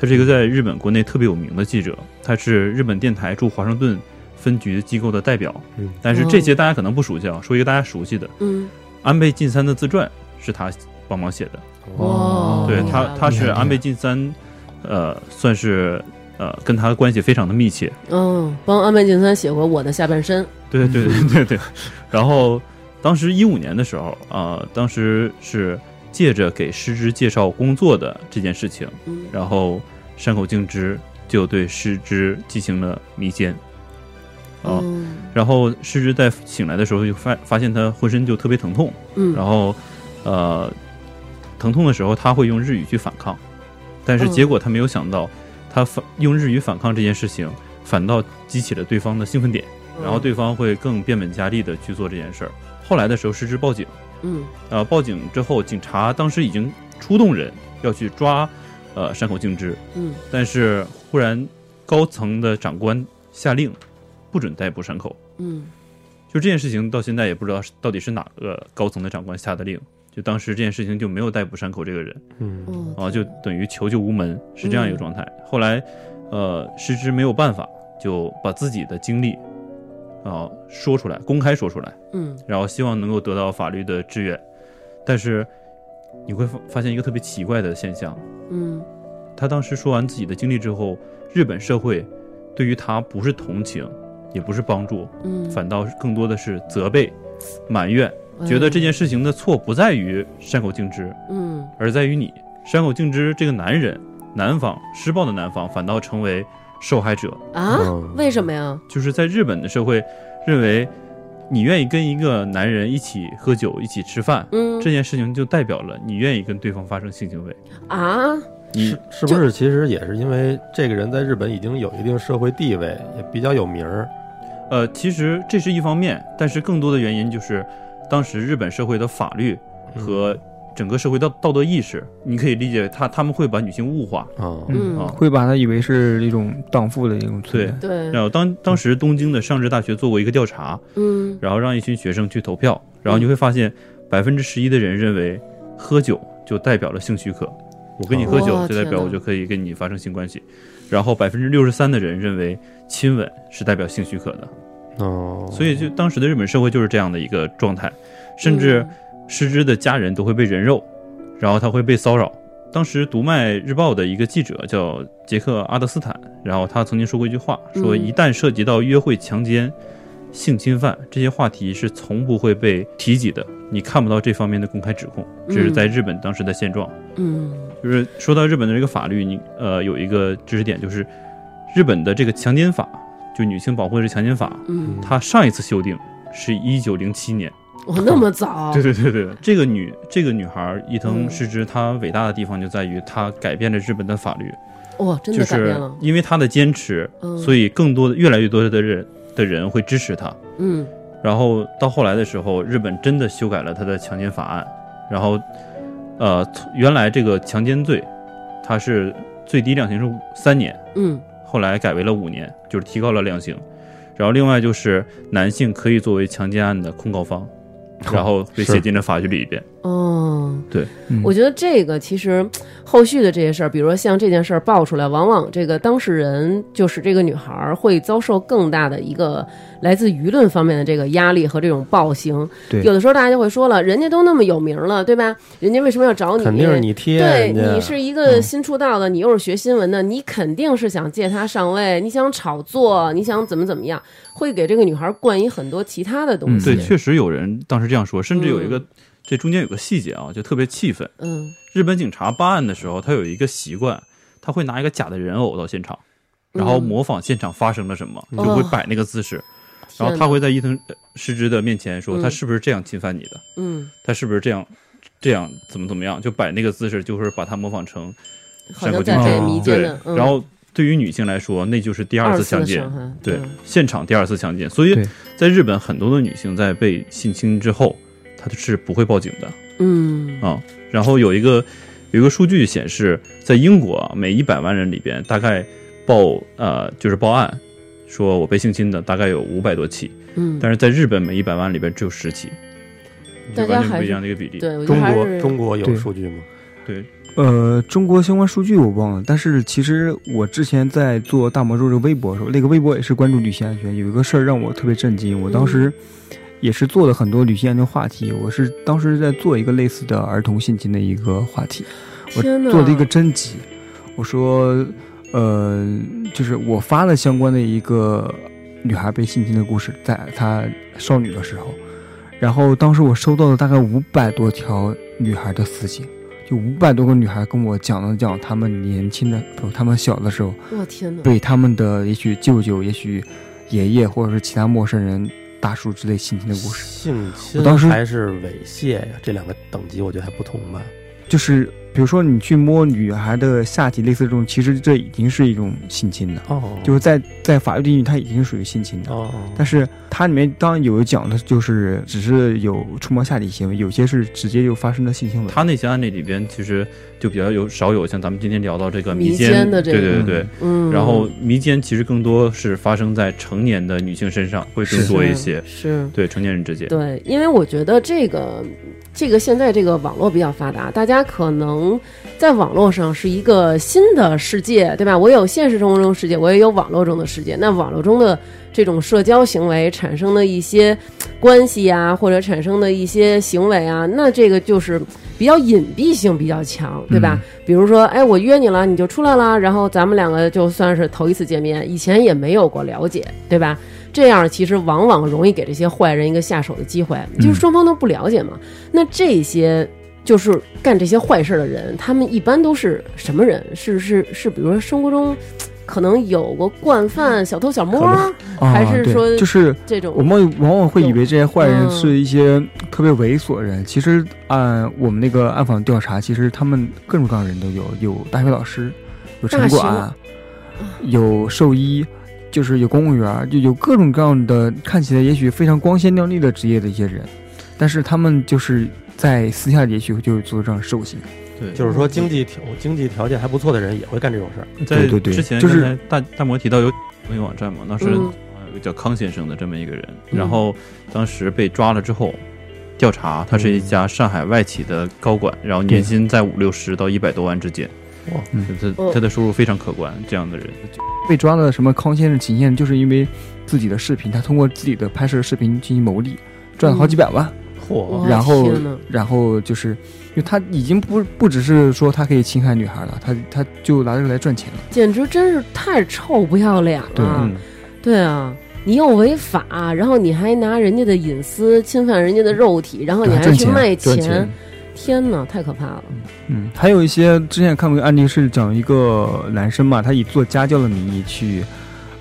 D: 他是一个在日本国内特别有名的记者，他是日本电台驻华盛顿分局机构的代表，
B: 嗯
D: 但是这些大家可能不熟悉啊，说一个大家熟悉的
A: 嗯，
D: 安倍晋三的自传是他帮忙写的。
A: 哇
D: 对
A: 明白
D: 他
A: 了，
D: 他
C: 明白
D: 是
C: 了
D: 安倍晋三，呃，算是呃跟他关系非常的密切。
A: 嗯，帮安倍晋三写过《我的下半身》，
D: 对对对对对。然后当时一五年的时候啊、呃，当时是借着给师之介绍工作的这件事情，
A: 嗯
D: 然后山口敬之就对师之进行了迷奸。啊、
A: 嗯
D: 然后师之在醒来的时候就发发现他浑身就特别疼痛，
A: 嗯，
D: 然后呃，疼痛的时候他会用日语去反抗，但是
A: 嗯
D: 结果他没有想到，他反用日语反抗这件事情，反倒激起了对方的兴奋点，然后对方会更变本加厉的去做这件事儿。后来的时候失之报警，
A: 嗯
D: 呃，报警之后，警察当时已经出动人要去抓呃山口敬之，
A: 嗯
D: 但是忽然高层的长官下令，不准逮捕山口。
A: 嗯
D: 就这件事情到现在也不知道是到底是哪个高层的长官下的令，就当时这件事情就没有逮捕山口这个人
B: 嗯，
A: 嗯，
D: 啊，就等于求救无门，是这样一个状态。后来，呃，失之没有办法，就把自己的经历啊、说出来，公开说出来，
A: 嗯
D: 然后希望能够得到法律的支援。但是你会发发现一个特别奇怪的现象，
A: 嗯
D: 他当时说完自己的经历之后，日本社会对于他不是同情，也不是帮助，
A: 嗯，
D: 反倒更多的是责备、埋怨，觉得这件事情的错不在于山口敬之，
A: 嗯
D: 而在于你。山口敬之这个男人，男方施暴的男方，反倒成为受害者。
A: 啊，
B: 嗯
A: 为什么呀？
D: 就是在日本的社会，认为你愿意跟一个男人一起喝酒、一起吃饭，
A: 嗯
D: 这件事情就代表了你愿意跟对方发生性行为。
A: 啊，
D: 你
B: 是是不是其实也是因为这个人在日本已经有一定社会地位，也比较有名儿，
D: 呃，其实这是一方面，但是更多的原因就是，当时日本社会的法律和整个社会道道德意识，你可以理解他他们会把女性物化。
B: 啊，
A: 嗯
D: 啊
C: 会把他以为是一种荡妇的一种存在。
A: 对，
D: 然后当当时东京的上智大学做过一个调查，
A: 嗯
D: 然后让一群学生去投票，然后你会发现百分之十一的人认为喝酒就代表了性许可，我跟你喝酒
A: 哇
D: 就代
A: 哦天
D: 表
A: 哪
D: 我就可以跟你发生性关系，然后百分之六十三的人认为亲吻是代表性许可的，
B: 哦，
D: 所以就当时的日本社会就是这样的一个状态，甚
A: 嗯
D: 至失之的家人都会被人肉，然后他会被骚扰。当时读卖日报的一个记者叫杰克阿德斯坦，然后他曾经说过一句话，说
A: 嗯
D: 一旦涉及到约会、强奸、性侵犯这些话题是从不会被提及的，你看不到这方面的公开指控，这是在日本当时的现状。
A: 嗯
D: 就是说到日本的这个法律，你呃有一个知识点就是，日本的这个强奸法，就女性保护的强奸法，
A: 嗯，
D: 它上一次修订是一九零七年。
A: 我那么早，
D: 对对对对，这个女这个女孩儿伊
A: 嗯
D: 藤诗织，她伟大的地方就在于她改变了日本的法律，
A: 哇，真
D: 就
A: 的改
D: 是
A: 变了，
D: 因为她的坚持，
A: 嗯
D: 所以更多的越来越多的人的人会支持她。
A: 嗯
D: 然后到后来的时候，日本真的修改了她的强奸法案，然后呃，从原来这个强奸罪，它是最低量刑是五三年，
A: 嗯
D: 后来改为了五年，就是提高了量刑。然后另外就是男性可以作为强奸案的控告方，然后被
B: 是
D: 写进了法律里边。
A: 哦。
C: 嗯
A: 我觉得这个其实后续的这些事儿，比如说像这件事儿爆出来，往往这个当事人就是这个女孩儿会遭受更大的一个来自舆论方面的这个压力和这种暴行。
C: 对
A: 有的时候大家就会说了，人家都那么有名了，对吧？人家为什么要找你？
B: 肯定是你贴
A: 对
B: 人家，
A: 你是一
D: 嗯
A: 个新出道的，你又是学新闻的，你肯定是想借她上位，你想炒作，你想怎么怎么样，会给这个女孩儿灌以很多其他的东
C: 嗯
A: 西
D: 对，。确实有人当时这样说，甚至有一个、
A: 嗯
D: 这中间有个细节啊，就特别气愤。
A: 嗯
D: 日本警察办案的时候，他有一个习惯，他会拿一个假的人偶到现场，然后
A: 嗯
D: 模仿现场发生了什么，
A: 嗯哦
D: 就会摆那个姿势，然后
A: 天
D: 他
A: 哪
D: 会在伊藤呃失之的面前说、
A: 嗯
D: 他是不是这样侵犯你的，
A: 嗯，
D: 他是不是这样这样怎么怎么样，就摆那个姿势，就是把他模仿成
A: 好像
D: 山口
A: 在
D: 敬
A: 被
C: 之
A: 迷奸
D: 对
A: 的，，嗯
D: 然后对于女性来说，那就是第
A: 二
D: 次强
A: 次
D: 奸
A: 伤，害，
D: 对，现场第二次强奸。所以
C: 对
D: 在日本，很多的女性在被性侵之后，她是不会报警的。
A: 嗯
D: 啊、然后有一个有一个数据显示，在英国啊，每一百万人里边，大概报呃就是报案说我被性侵的，大概有五百多起，
A: 嗯，
D: 但是在日本每一百万里边只有十起，
A: 大
D: 就
A: 家
D: 完全
A: 还
D: 不一
A: 是
D: 样的一个比例。
A: 对，我觉
B: 中
A: 得还
B: 国
A: 是
B: 中国有
C: 对
B: 数据吗？
D: 对，
C: 呃，中国相关数据我忘了，但是其实我之前在做大魔咒这个微博的时候，那个微博也是关注女性安全，有一个事儿让我特别震惊，我当时也是做了很多女性安全话题，我是当时在做一个类似的儿童性侵的一个话题，我
A: 天呐，
C: 做了一个征集，我说，呃，就是我发了相关的一个女孩被性侵的故事，在她少女的时候，然后当时我收到了大概五百多条女孩的私信，就五百多个女孩跟我讲了讲她们年轻的，不，她们小的时候
A: 我天呐，
C: 被他们的也许舅舅、也许爷爷或者是其他陌生人、大叔之类性侵的故事。
B: 性侵
C: 我当时
B: 还是猥亵呀，这两个等级我觉得还不同吧。
C: 就是比如说你去摸女孩的下体，类似这种，其实这已经是一种性侵了。
B: 哦
C: 就是在在法律定义，它已经属于性侵的。
B: 哦，
C: 但是它里面当然有讲的，就是只是有触摸下体行为，有些是直接就发生了性行为。
D: 他那些案例里边，其实就比较有少有像咱们今天聊到这个
A: 迷
D: 奸，
A: 奸的这个
D: 对对对对。
A: 嗯，
D: 然后迷奸其实更多是发生在成年的女性身上，会更
C: 是
D: 多一
A: 是
D: 些。
A: 是。
D: 对成年人之间，
A: 对，因为我觉得这个这个现在这个网络比较发达，大家可能在网络上是一个新的世界，对吧？我有现实中的世界，我也有网络中的世界。那网络中的这种社交行为产生的一些关系呀、或者产生的一些行为啊，那这个就是比较隐蔽性比较强，对吧？比如说，哎，我约你了，你就出来了，然后咱们两个就算是头一次见面，以前也没有过了解，对吧？这样其实往往容易给这些坏人一个下手的机会，
C: 嗯
A: 就是双方都不了解嘛。那这些就是干这些坏事儿的人，他们一般都是什么人？是是是，比如说生活中可能有过惯犯、小偷小摸
B: 可
A: 儿
C: 啊，
A: 还是
C: 对
A: 说
C: 就是
A: 这种。
C: 我们往往会以为这些坏人
A: 嗯
C: 是一些特别猥琐的人，其实按我们那个暗访调查，其实他们各种各样的人都有，有大学老师，有城
A: 大
C: 管，有兽医，就是有公务员，就有各种各样的看起来也许非常光鲜亮丽的职业的一些人，但是他们就是在私下里也许就是做这样兽性。
D: 对，
B: 就是说经济条经济条件还不错的人也会干这种事儿。
D: 在
C: 对对对
D: 之前
C: 就是
D: 刚才大大魔提到有有一个网站嘛，当时
A: 嗯
D: 呃有一个叫康先生的这么一个人，
A: 嗯
D: 然后当时被抓了之后，调查他是一家上海外企的高管，然后年薪在五六十到一百多万之间，
B: 哇
C: 嗯
D: 就他
A: 哦
D: 他的收入非常可观，这样的人
C: 被抓的什么康先生、秦先生，就是因为自己的视频，他通过自己的拍摄视频进行牟利，赚了
A: 嗯
C: 好几百万。
A: 哇
B: 嚯，
C: 然后
A: 天呐，
C: 然后就是，因为他已经不不只是说他可以侵害女孩了，他他就拿这个来赚钱了。
A: 简直真是太臭不要脸了。
C: 对
D: 嗯，
A: 对啊，你又违法，然后你还拿人家的隐私侵犯人家的肉体，然后你
C: 对啊
A: 还
C: 赚
A: 去
C: 钱
A: 卖
B: 赚钱
A: 天哪，太可怕了！
C: 嗯，还有一些之前也看过一个案例是讲一个男生嘛，他以做家教的名义去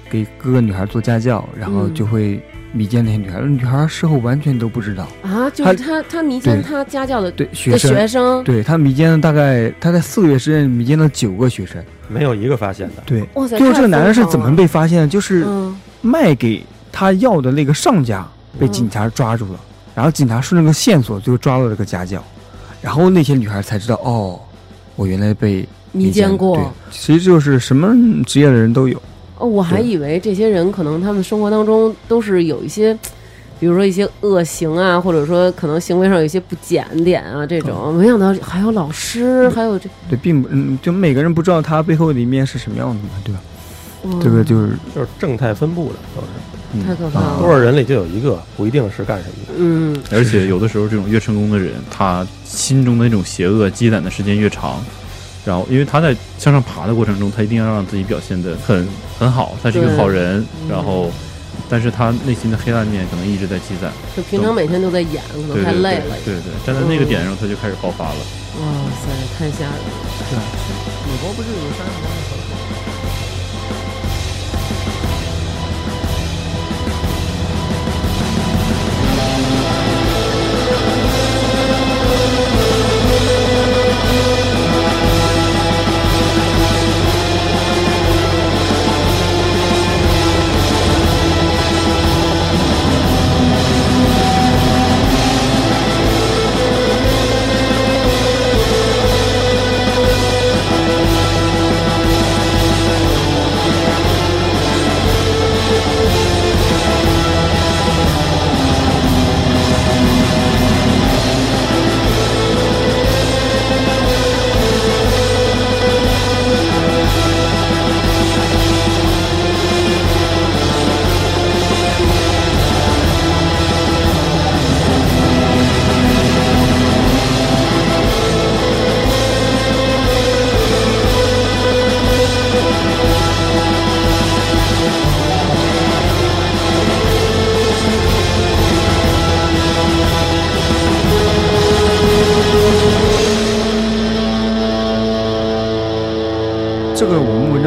C: 给各个女孩做家教，然后
A: 嗯
C: 就会迷奸那些女孩，女孩事后完全都不知道。
A: 啊，就是
C: 他
A: 他他迷奸
C: 对
A: 他家教的
C: 对学
A: 的
C: 生，
A: 学生，
C: 对他迷奸了大概他在四个月之内迷奸了九个学生。
B: 没有一个发现的。
C: 对，
A: 哇塞，
C: 最后这个
A: 太疯
C: 男人是
A: 狂
C: 怎么
A: 了
C: 被发现的？就是
A: 嗯
C: 卖给他要的那个上家被
A: 嗯
C: 警察抓住了，然后警察顺着个线索就抓到这个家教，然后那些女孩才知道哦，我原来被
A: 迷
C: 奸
A: 奸过
C: 对？，其实就是什么职业的人都有，
A: 哦，我还
C: 对
A: 以为这些人可能他们生活当中都是有一些，比如说一些恶行啊，或者说可能行为上有一些不检点啊这
C: 嗯
A: 种，没想到还有老师，还有这
C: 对，并不嗯，就每个人不知道他背后里面是什么样的嘛，对吧？
A: 哇
C: 这个就是
B: 就是正态分布的都是，
D: 嗯
A: 太可怕
C: 啊
B: 多
A: 了，
B: 少人里就有一个，不一定是干什么的。
A: 嗯，
D: 而且有的时候这种越成功的人，他心中的那种邪恶积攒的时间越长。然后，因为他在向上爬的过程中，他一定要让自己表现得很很好，他是一个
A: 对
D: 好人。
A: 嗯
D: 然后，但是他内心的黑暗面可能一直在积攒。
A: 就平常每天都在演，可能
D: 对
A: 太
D: 对
A: 累
D: 对
A: 了，嗯
D: 对对，站在那个点上，他就开始爆发了。
A: 哇塞，太吓人了。
C: 美国不是有杀人狂吗？
F: 「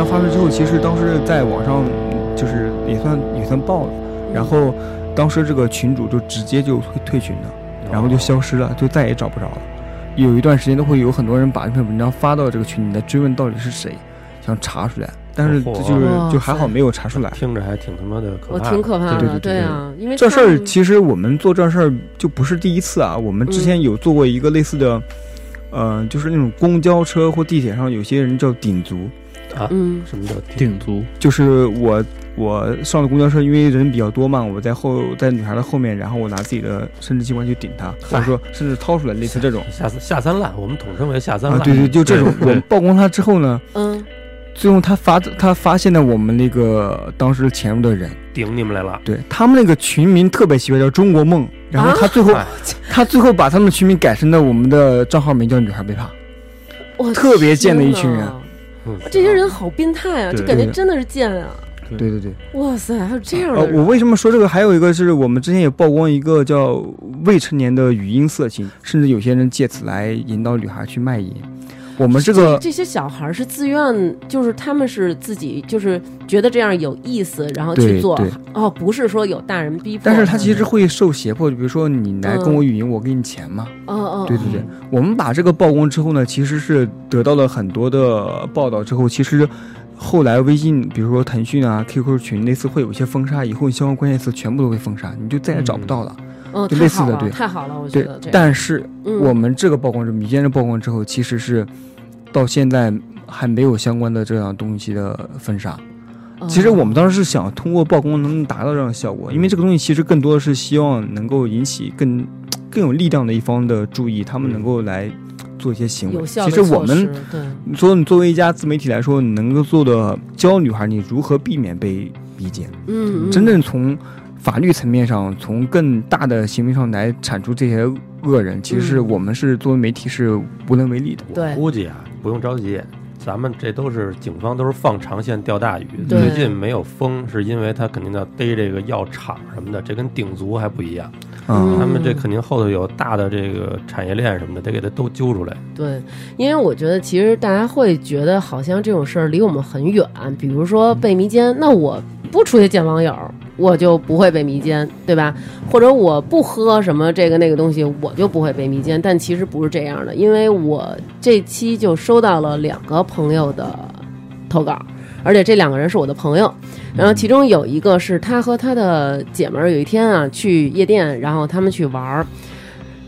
C: 发出之后，其实当时在网上就是也算也算爆了，然后当时这个群主就直接就退退群了，然后就消失了，就再也找不着了。有一段时间都会有很多人把这篇文章发到这个群里来追问到底是谁，想查出来，但是
B: 嚯
C: 就是
A: 哇
C: 就还好没有查出来。
B: 听着还挺他妈的可
A: 我
B: 怕的，
A: 挺可怕
C: 对
A: 的，
C: 对对对
A: 啊，因为
C: 这
A: 他
C: 事儿
A: 们
C: 其实我们做这事儿就不是第一次啊，我们之前有做过一个类似的，呃，就是那种公交车或地铁上有些人叫顶足，
A: 嗯
B: 什么叫听
D: 顶足，
C: 就是我我上了公交车，因为人比较多嘛，我在后在女孩的后面，然后我拿自己的生殖器官去顶她，或者说甚至掏出来，类似这种
B: 下下三滥，我们统称为下三
C: 啊，
B: 滥。
C: 对对，就这种。我
D: 对
C: 们曝光她之后呢，
A: 嗯，
C: 最后她发她发现了我们那个当时潜入的人，
B: 顶你们来了，
C: 对他们那个群名特别奇怪，叫中国梦，然后她最后、
A: 啊
B: 哎
C: 她最后把他们的群名改成了我们的账号名叫女孩别怕。
A: 嗯我
C: 特别贱的一群人
A: 天哪
B: 嗯
A: 啊这些人好变态啊！
D: 对
A: 这感觉真的是贱啊！
C: 对对对，
A: 哇塞，还有这样
C: 呃
A: 的，人
C: 我为什么说这个？还有一个是我们之前也曝光一个叫未成年的语音色情，甚至有些人借此来引导女孩去卖淫。我们这个
A: 这些小孩儿是自愿，就是他们是自己就是觉得这样有意思，然后去
C: 对
A: 做
C: 对
A: 哦，不是说有大人逼迫们。
C: 但是他其实会受胁迫，就比如说你来
A: 嗯
C: 跟我语音，我给你钱嘛。
A: 哦哦，
C: 对对对，我们把这个曝光之后呢，其实是得到了很多的报道之后，其实后来微信，比如说腾讯啊、QQ 群类似会有一些封杀，以后你相关关键词全部都会封杀，你就再也找不到了。
A: 嗯，
C: 就
A: 太
C: 类似
A: 好
C: 的
A: 了
C: 对
A: 太好了，我觉
C: 对
A: 得，这样。
C: 但是
A: 嗯
C: 我们这个曝光之后，民间的曝光之后，其实是到现在还没有相关的这样东西的封杀。
A: 嗯
C: 其实
A: 哦
C: 我们当时是想通过曝光能达到这样的效果，因为这个东西其实更多的是希望能够引起更更有力量的一方的注意，他们能够来做一些行为。
A: 嗯有效
C: 其
A: 的
C: 实我
A: 措施
C: 们说，你作为一家自媒体来说，你能够做的教女孩你如何避免被迷奸，
A: 对，嗯，
C: 真
A: 的
C: 正从法律层面上，从更大的行为上来铲除这些恶人，其实是
A: 嗯
C: 我们是作为媒体是无能为力的。
A: 对
B: 我估计啊，不用着急，咱们这都是警方都是放长线钓大鱼。
A: 对
B: 最近没有封，是因为他肯定要逮这个药厂什么的，这跟顶足还不一样。
C: 啊
A: 嗯
B: 他们这肯定后头有大的这个产业链什么的，得给他都揪出来。
A: 对，因为我觉得其实大家会觉得好像这种事儿离我们很远，比如说被迷奸，那我不出去见网友，我就不会被迷奸，对吧？或者我不喝什么这个那个东西，我就不会被迷奸。但其实不是这样的，因为我这期就收到了两个朋友的投稿，而且这两个人是我的朋友。然后其中有一个是他和他的姐们儿有一天啊去夜店，然后他们去玩儿。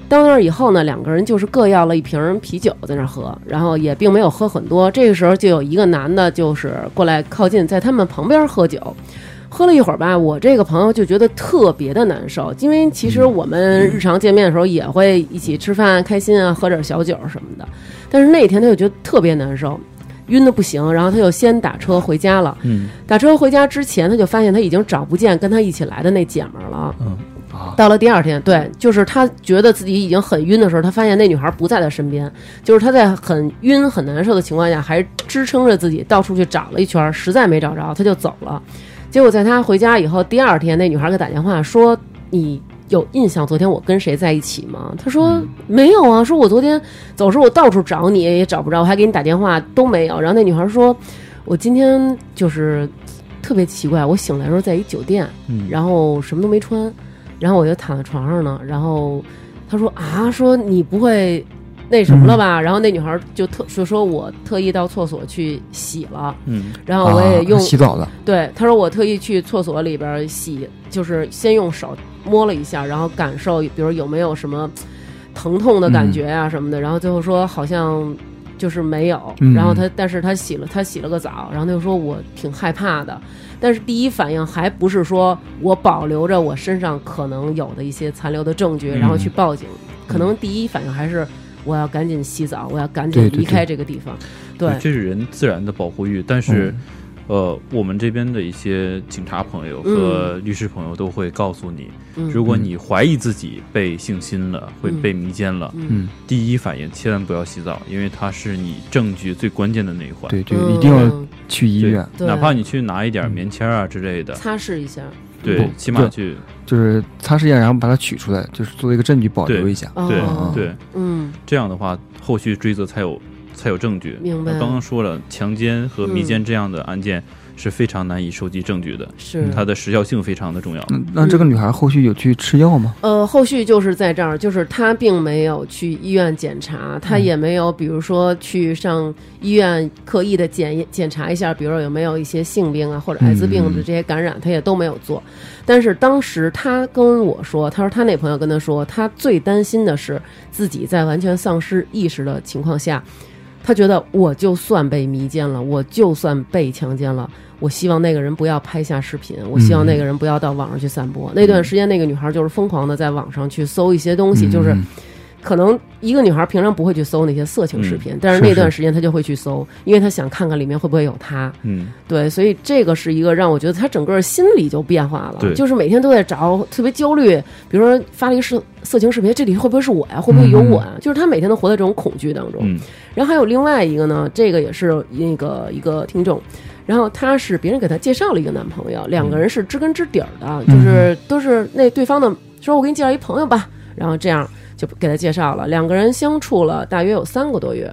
A: 到那儿以后呢，两个人就是各要了一瓶啤酒在那儿喝，然后也并没有喝很多。这个时候就有一个男的，就是过来靠近，在他们旁边喝酒。喝了一会儿吧，我这个朋友就觉得特别的难受，因为其实我们日常见面的时候也会一起吃饭、开心啊，喝点小酒什么的。但是那天他就觉得特别难受，晕的不行，然后他就先打车回家了。
C: 嗯
A: 打车回家之前，他就发现他已经找不见跟他一起来的那姐们儿了。
C: 啊，
A: 到了第二天，对，就是他觉得自己已经很晕的时候，他发现那女孩不在他身边，就是他在很晕、很难受的情况下，还支撑着自己到处去找了一圈，实在没找着，他就走了。结果在他回家以后，第二天那女孩给打电话说：“你有印象昨天我跟谁在一起吗？”他说：“没有啊，说我昨天走时候我到处找你也找不着，我还给你打电话都没有。”然后那女孩说：“我今天就是特别奇怪，我醒来的时候在一酒店，
C: 嗯
A: 然后什么都没穿，然后我就躺在床上呢。然后他说啊，说你不会那什么了
C: 嗯
A: 吧？然后那女孩就特就说我特意到厕所去洗了，
D: 嗯，
A: 然后我也用、
C: 啊洗澡了，
A: 对，他说我特意去厕所里边洗，就是先用手摸了一下，然后感受，比如有没有什么疼痛的感觉啊什么的，然后最后说好像就是没有，
C: 嗯
A: 然后他但是他洗了他洗了个澡，然后他就说我挺害怕的，但是第一反应还不是说我保留着我身上可能有的一些残留的证
C: 嗯
A: 据，然后去报警，可能第一反应还是。我要赶紧洗澡，我要赶紧
C: 对对
A: 离开
C: 对
A: 这个地方。
D: 这是人自然的保护欲，但
A: 嗯
D: 是。呃，我们这边的一些警察朋友和律师朋友都会告诉你，
A: 嗯
D: 如果你怀疑自己被性侵了，会被迷奸了，
A: 嗯
C: 嗯，
D: 第一反应千万不要洗澡，因为它是你证据最关键的那一环。
C: 对对，
A: 嗯
C: 一定要
A: 嗯
C: 去医
D: 对
C: 院，
A: 对嗯
D: 哪怕你去拿一点棉签儿啊之类的，
A: 擦拭一下，
D: 对，
C: 不
D: 起码
C: 对
D: 去
C: 就是擦拭一下，然后把它取出
D: 嗯
C: 来，就是作为一个证据保留一下。
A: 哦
D: 对对，
A: 嗯
D: 这样的话，后续追责才有才有证据。
A: 明白
D: 那刚刚说了，强奸和迷奸这样的案件是非常难以收集证据的，
A: 是
D: 它嗯的时效性非常的重要。
C: 那那这个女孩后续有去吃药吗？
A: 呃，后续就是在这儿，就是他并没有去医院检查，他
D: 嗯
A: 也没有，比如说去上医院刻意的检检查一下，比如说有没有一些性病啊或者艾滋
D: 嗯
A: 病的这些感染，他也都没有做。但是当时他跟我说，他说他那朋友跟他说，他最担心的是自己在完全丧失意识的情况下，他觉得我就算被迷奸了，我就算被强奸了，我希望那个人不要拍下视频，我希望那个人不要到网上去散播。那段时间，那个女孩就是疯狂的在网上去搜一些东西，就是
C: 嗯
A: 可能一个女孩平常不会去搜那些色情视频，嗯但是那段时间她就会去搜，因为她想看看里面会不会有她。
D: 嗯，
A: 对，所以这个是一个让我觉得她整个心理就变化了，
D: 对
A: 就是每天都在找，特别焦虑。比如说发了一个色色情视频，这里会不会是我呀？会不会有我呀？就是她每天都活在这种恐惧当中。
D: 嗯
A: 然后还有另外一个呢，这个也是那个一个听众，然后她是别人给她介绍了一个男朋友，两个人是知根知底儿的，就是都是那对方的说，我给你介绍一朋友吧，然后这样就给她介绍了，两个人相处了大约有三个多月。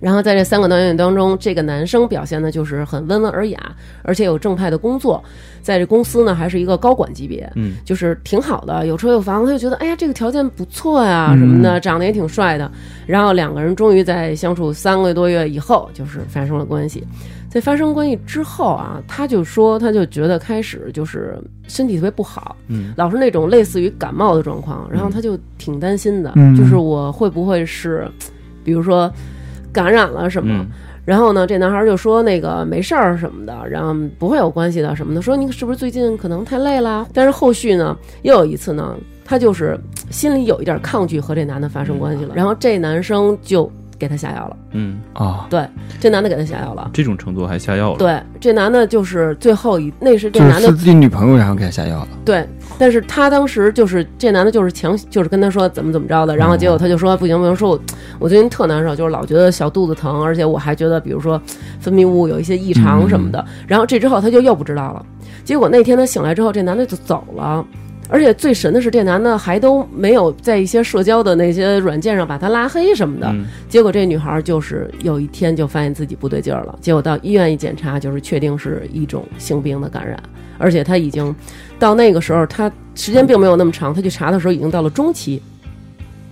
A: 然后在这三个多月当中，这个男生表现的就是很温文尔雅，而且有正派的工作，在这公司呢还是一个高管级别，
D: 嗯，
A: 就是挺好的，有车有房，他就觉得哎呀这个条件不错呀、什么的，长得也挺帅的。然后两个人终于在相处三个多月以后，就是发生了关系。在发生关系之后啊，他就说他就觉得开始就是身体特别不好，
D: 嗯，
A: 老是那种类似于感冒的状况，然后他就挺担心的，
C: 嗯
A: 就是我会不会是，比如说感染了什么。
D: 嗯
A: 然后呢，这男孩就说那个没事儿什么的，然后不会有关系的什么的，说你是不是最近可能太累啦？但是后续呢，又有一次呢，他就是嘖心里有一点抗拒和这男的发生关系了，然后这男生就给他下药了，
D: 嗯，
C: 啊，
A: 对，这男的给他下药了，
D: 这种程度还下药了。
A: 对，这男的就是最后一，那是这
C: 就是
A: 男的
C: 是自己女朋友，然后给她下药了。
A: 对，但是他当时就是这男的，就是强，就是跟他说怎么怎么着的，然后结果他就说不行不行，说我我最近特难受，就是老觉得小肚子疼，而且我还觉得比如说分泌物有一些异常什么的。然后这之后他就又不知道了，结果那天他醒来之后，这男的就走了。而且最神的是，这男的还都没有在一些社交的那些软件上把他拉黑什么的。
D: 嗯
A: 结果这女孩就是有一天就发现自己不对劲儿了，结果到医院一检查，就是确定是一种性病的感染，而且她已经到那个时候，她时间并没有那么长，她去查的时候已经到了中期，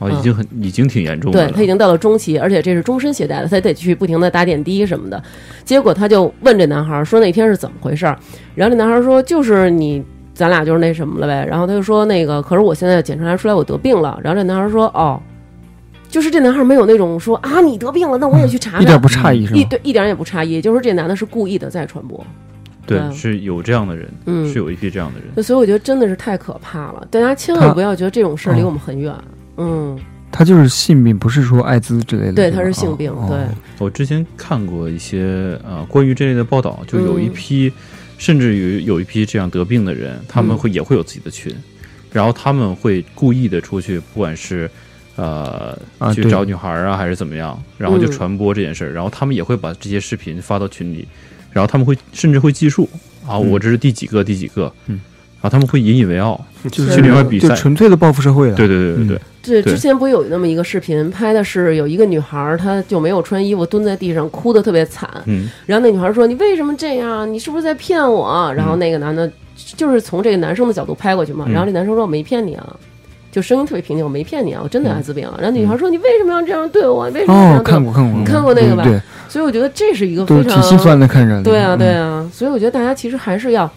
D: 哦，已经很已经挺严重
A: 嗯
D: 的
A: 对
D: 了。
A: 她已经到了中期，而且这是终身携带的，她得去不停的打点滴什么的。结果她就问这男孩儿说那天是怎么回事儿，然后这男孩儿说就是你。咱俩就是那什么了呗，然后他就说那个，可是我现在检查出来我得病了。然后这男孩儿说哦，就是这男孩儿没有那种说啊你得病了，那我也去查查。
C: 一点不诧异是
A: 嗯一
C: 吗？
A: 对一点儿也不诧异，就是这男的是故意的在传播，
D: 对，
A: 对
D: 是有这样的人，
A: 嗯
D: 是有一批这样的人。
A: 对所以我觉得真的是太可怕了，大家千
C: 他
A: 万不要觉得这种事儿离
C: 哦
A: 我们很远，嗯，
C: 她就是性病，不是说艾滋之类的。
A: 对，
C: 吧
A: 他是性病，
C: 哦
A: 对，
C: 哦
D: 我之前看过一些呃关于这类的报道，就
A: 嗯
D: 有一批，甚至于有一批这样得病的人，他
A: 嗯
D: 们会、也会有自己的群，然后他们会故意的出去，不管是呃、
C: 啊
D: 去
C: 对
D: 找女孩啊还是怎么样，然后就
A: 嗯
D: 传播这件事儿，然后他们也会把这些视频发到群里，然后他们会甚至会计数啊，我这是第几个第几个，
C: 嗯，
D: 然后他们会引以为傲，
C: 就是啊
D: 去里面比
C: 就
D: 赛，
C: 纯粹的报复社会了。
D: 对对对对对，
A: 这
D: 对
A: 之前不是有那么一个视频，拍的是有一个女孩儿，她就没有穿衣服，蹲在地上哭得特别惨，
D: 嗯
A: 然后那女孩儿说：“你为什么这样？你是不是在骗我？”啊
C: 嗯
A: 然后那个男的，就是从这个男生的角度拍过去嘛。
D: 嗯
A: 然后这男生说：“我没骗你啊。”就声音特别平静，我没骗你啊，我真的艾滋病啊。然后那女孩儿说：“你为什么要这样对我？为什么要这
C: 嗯
A: 样，
C: 哦
A: 对我
C: 看过看过，嗯
A: 你看过那个吧
C: 对，
A: 所以我觉得这是一个
C: 都
A: 非
C: 挺
A: 常
C: 心酸的，看着。
A: 对啊，对
C: 嗯，
A: 啊，所以我觉得大家其实还是要，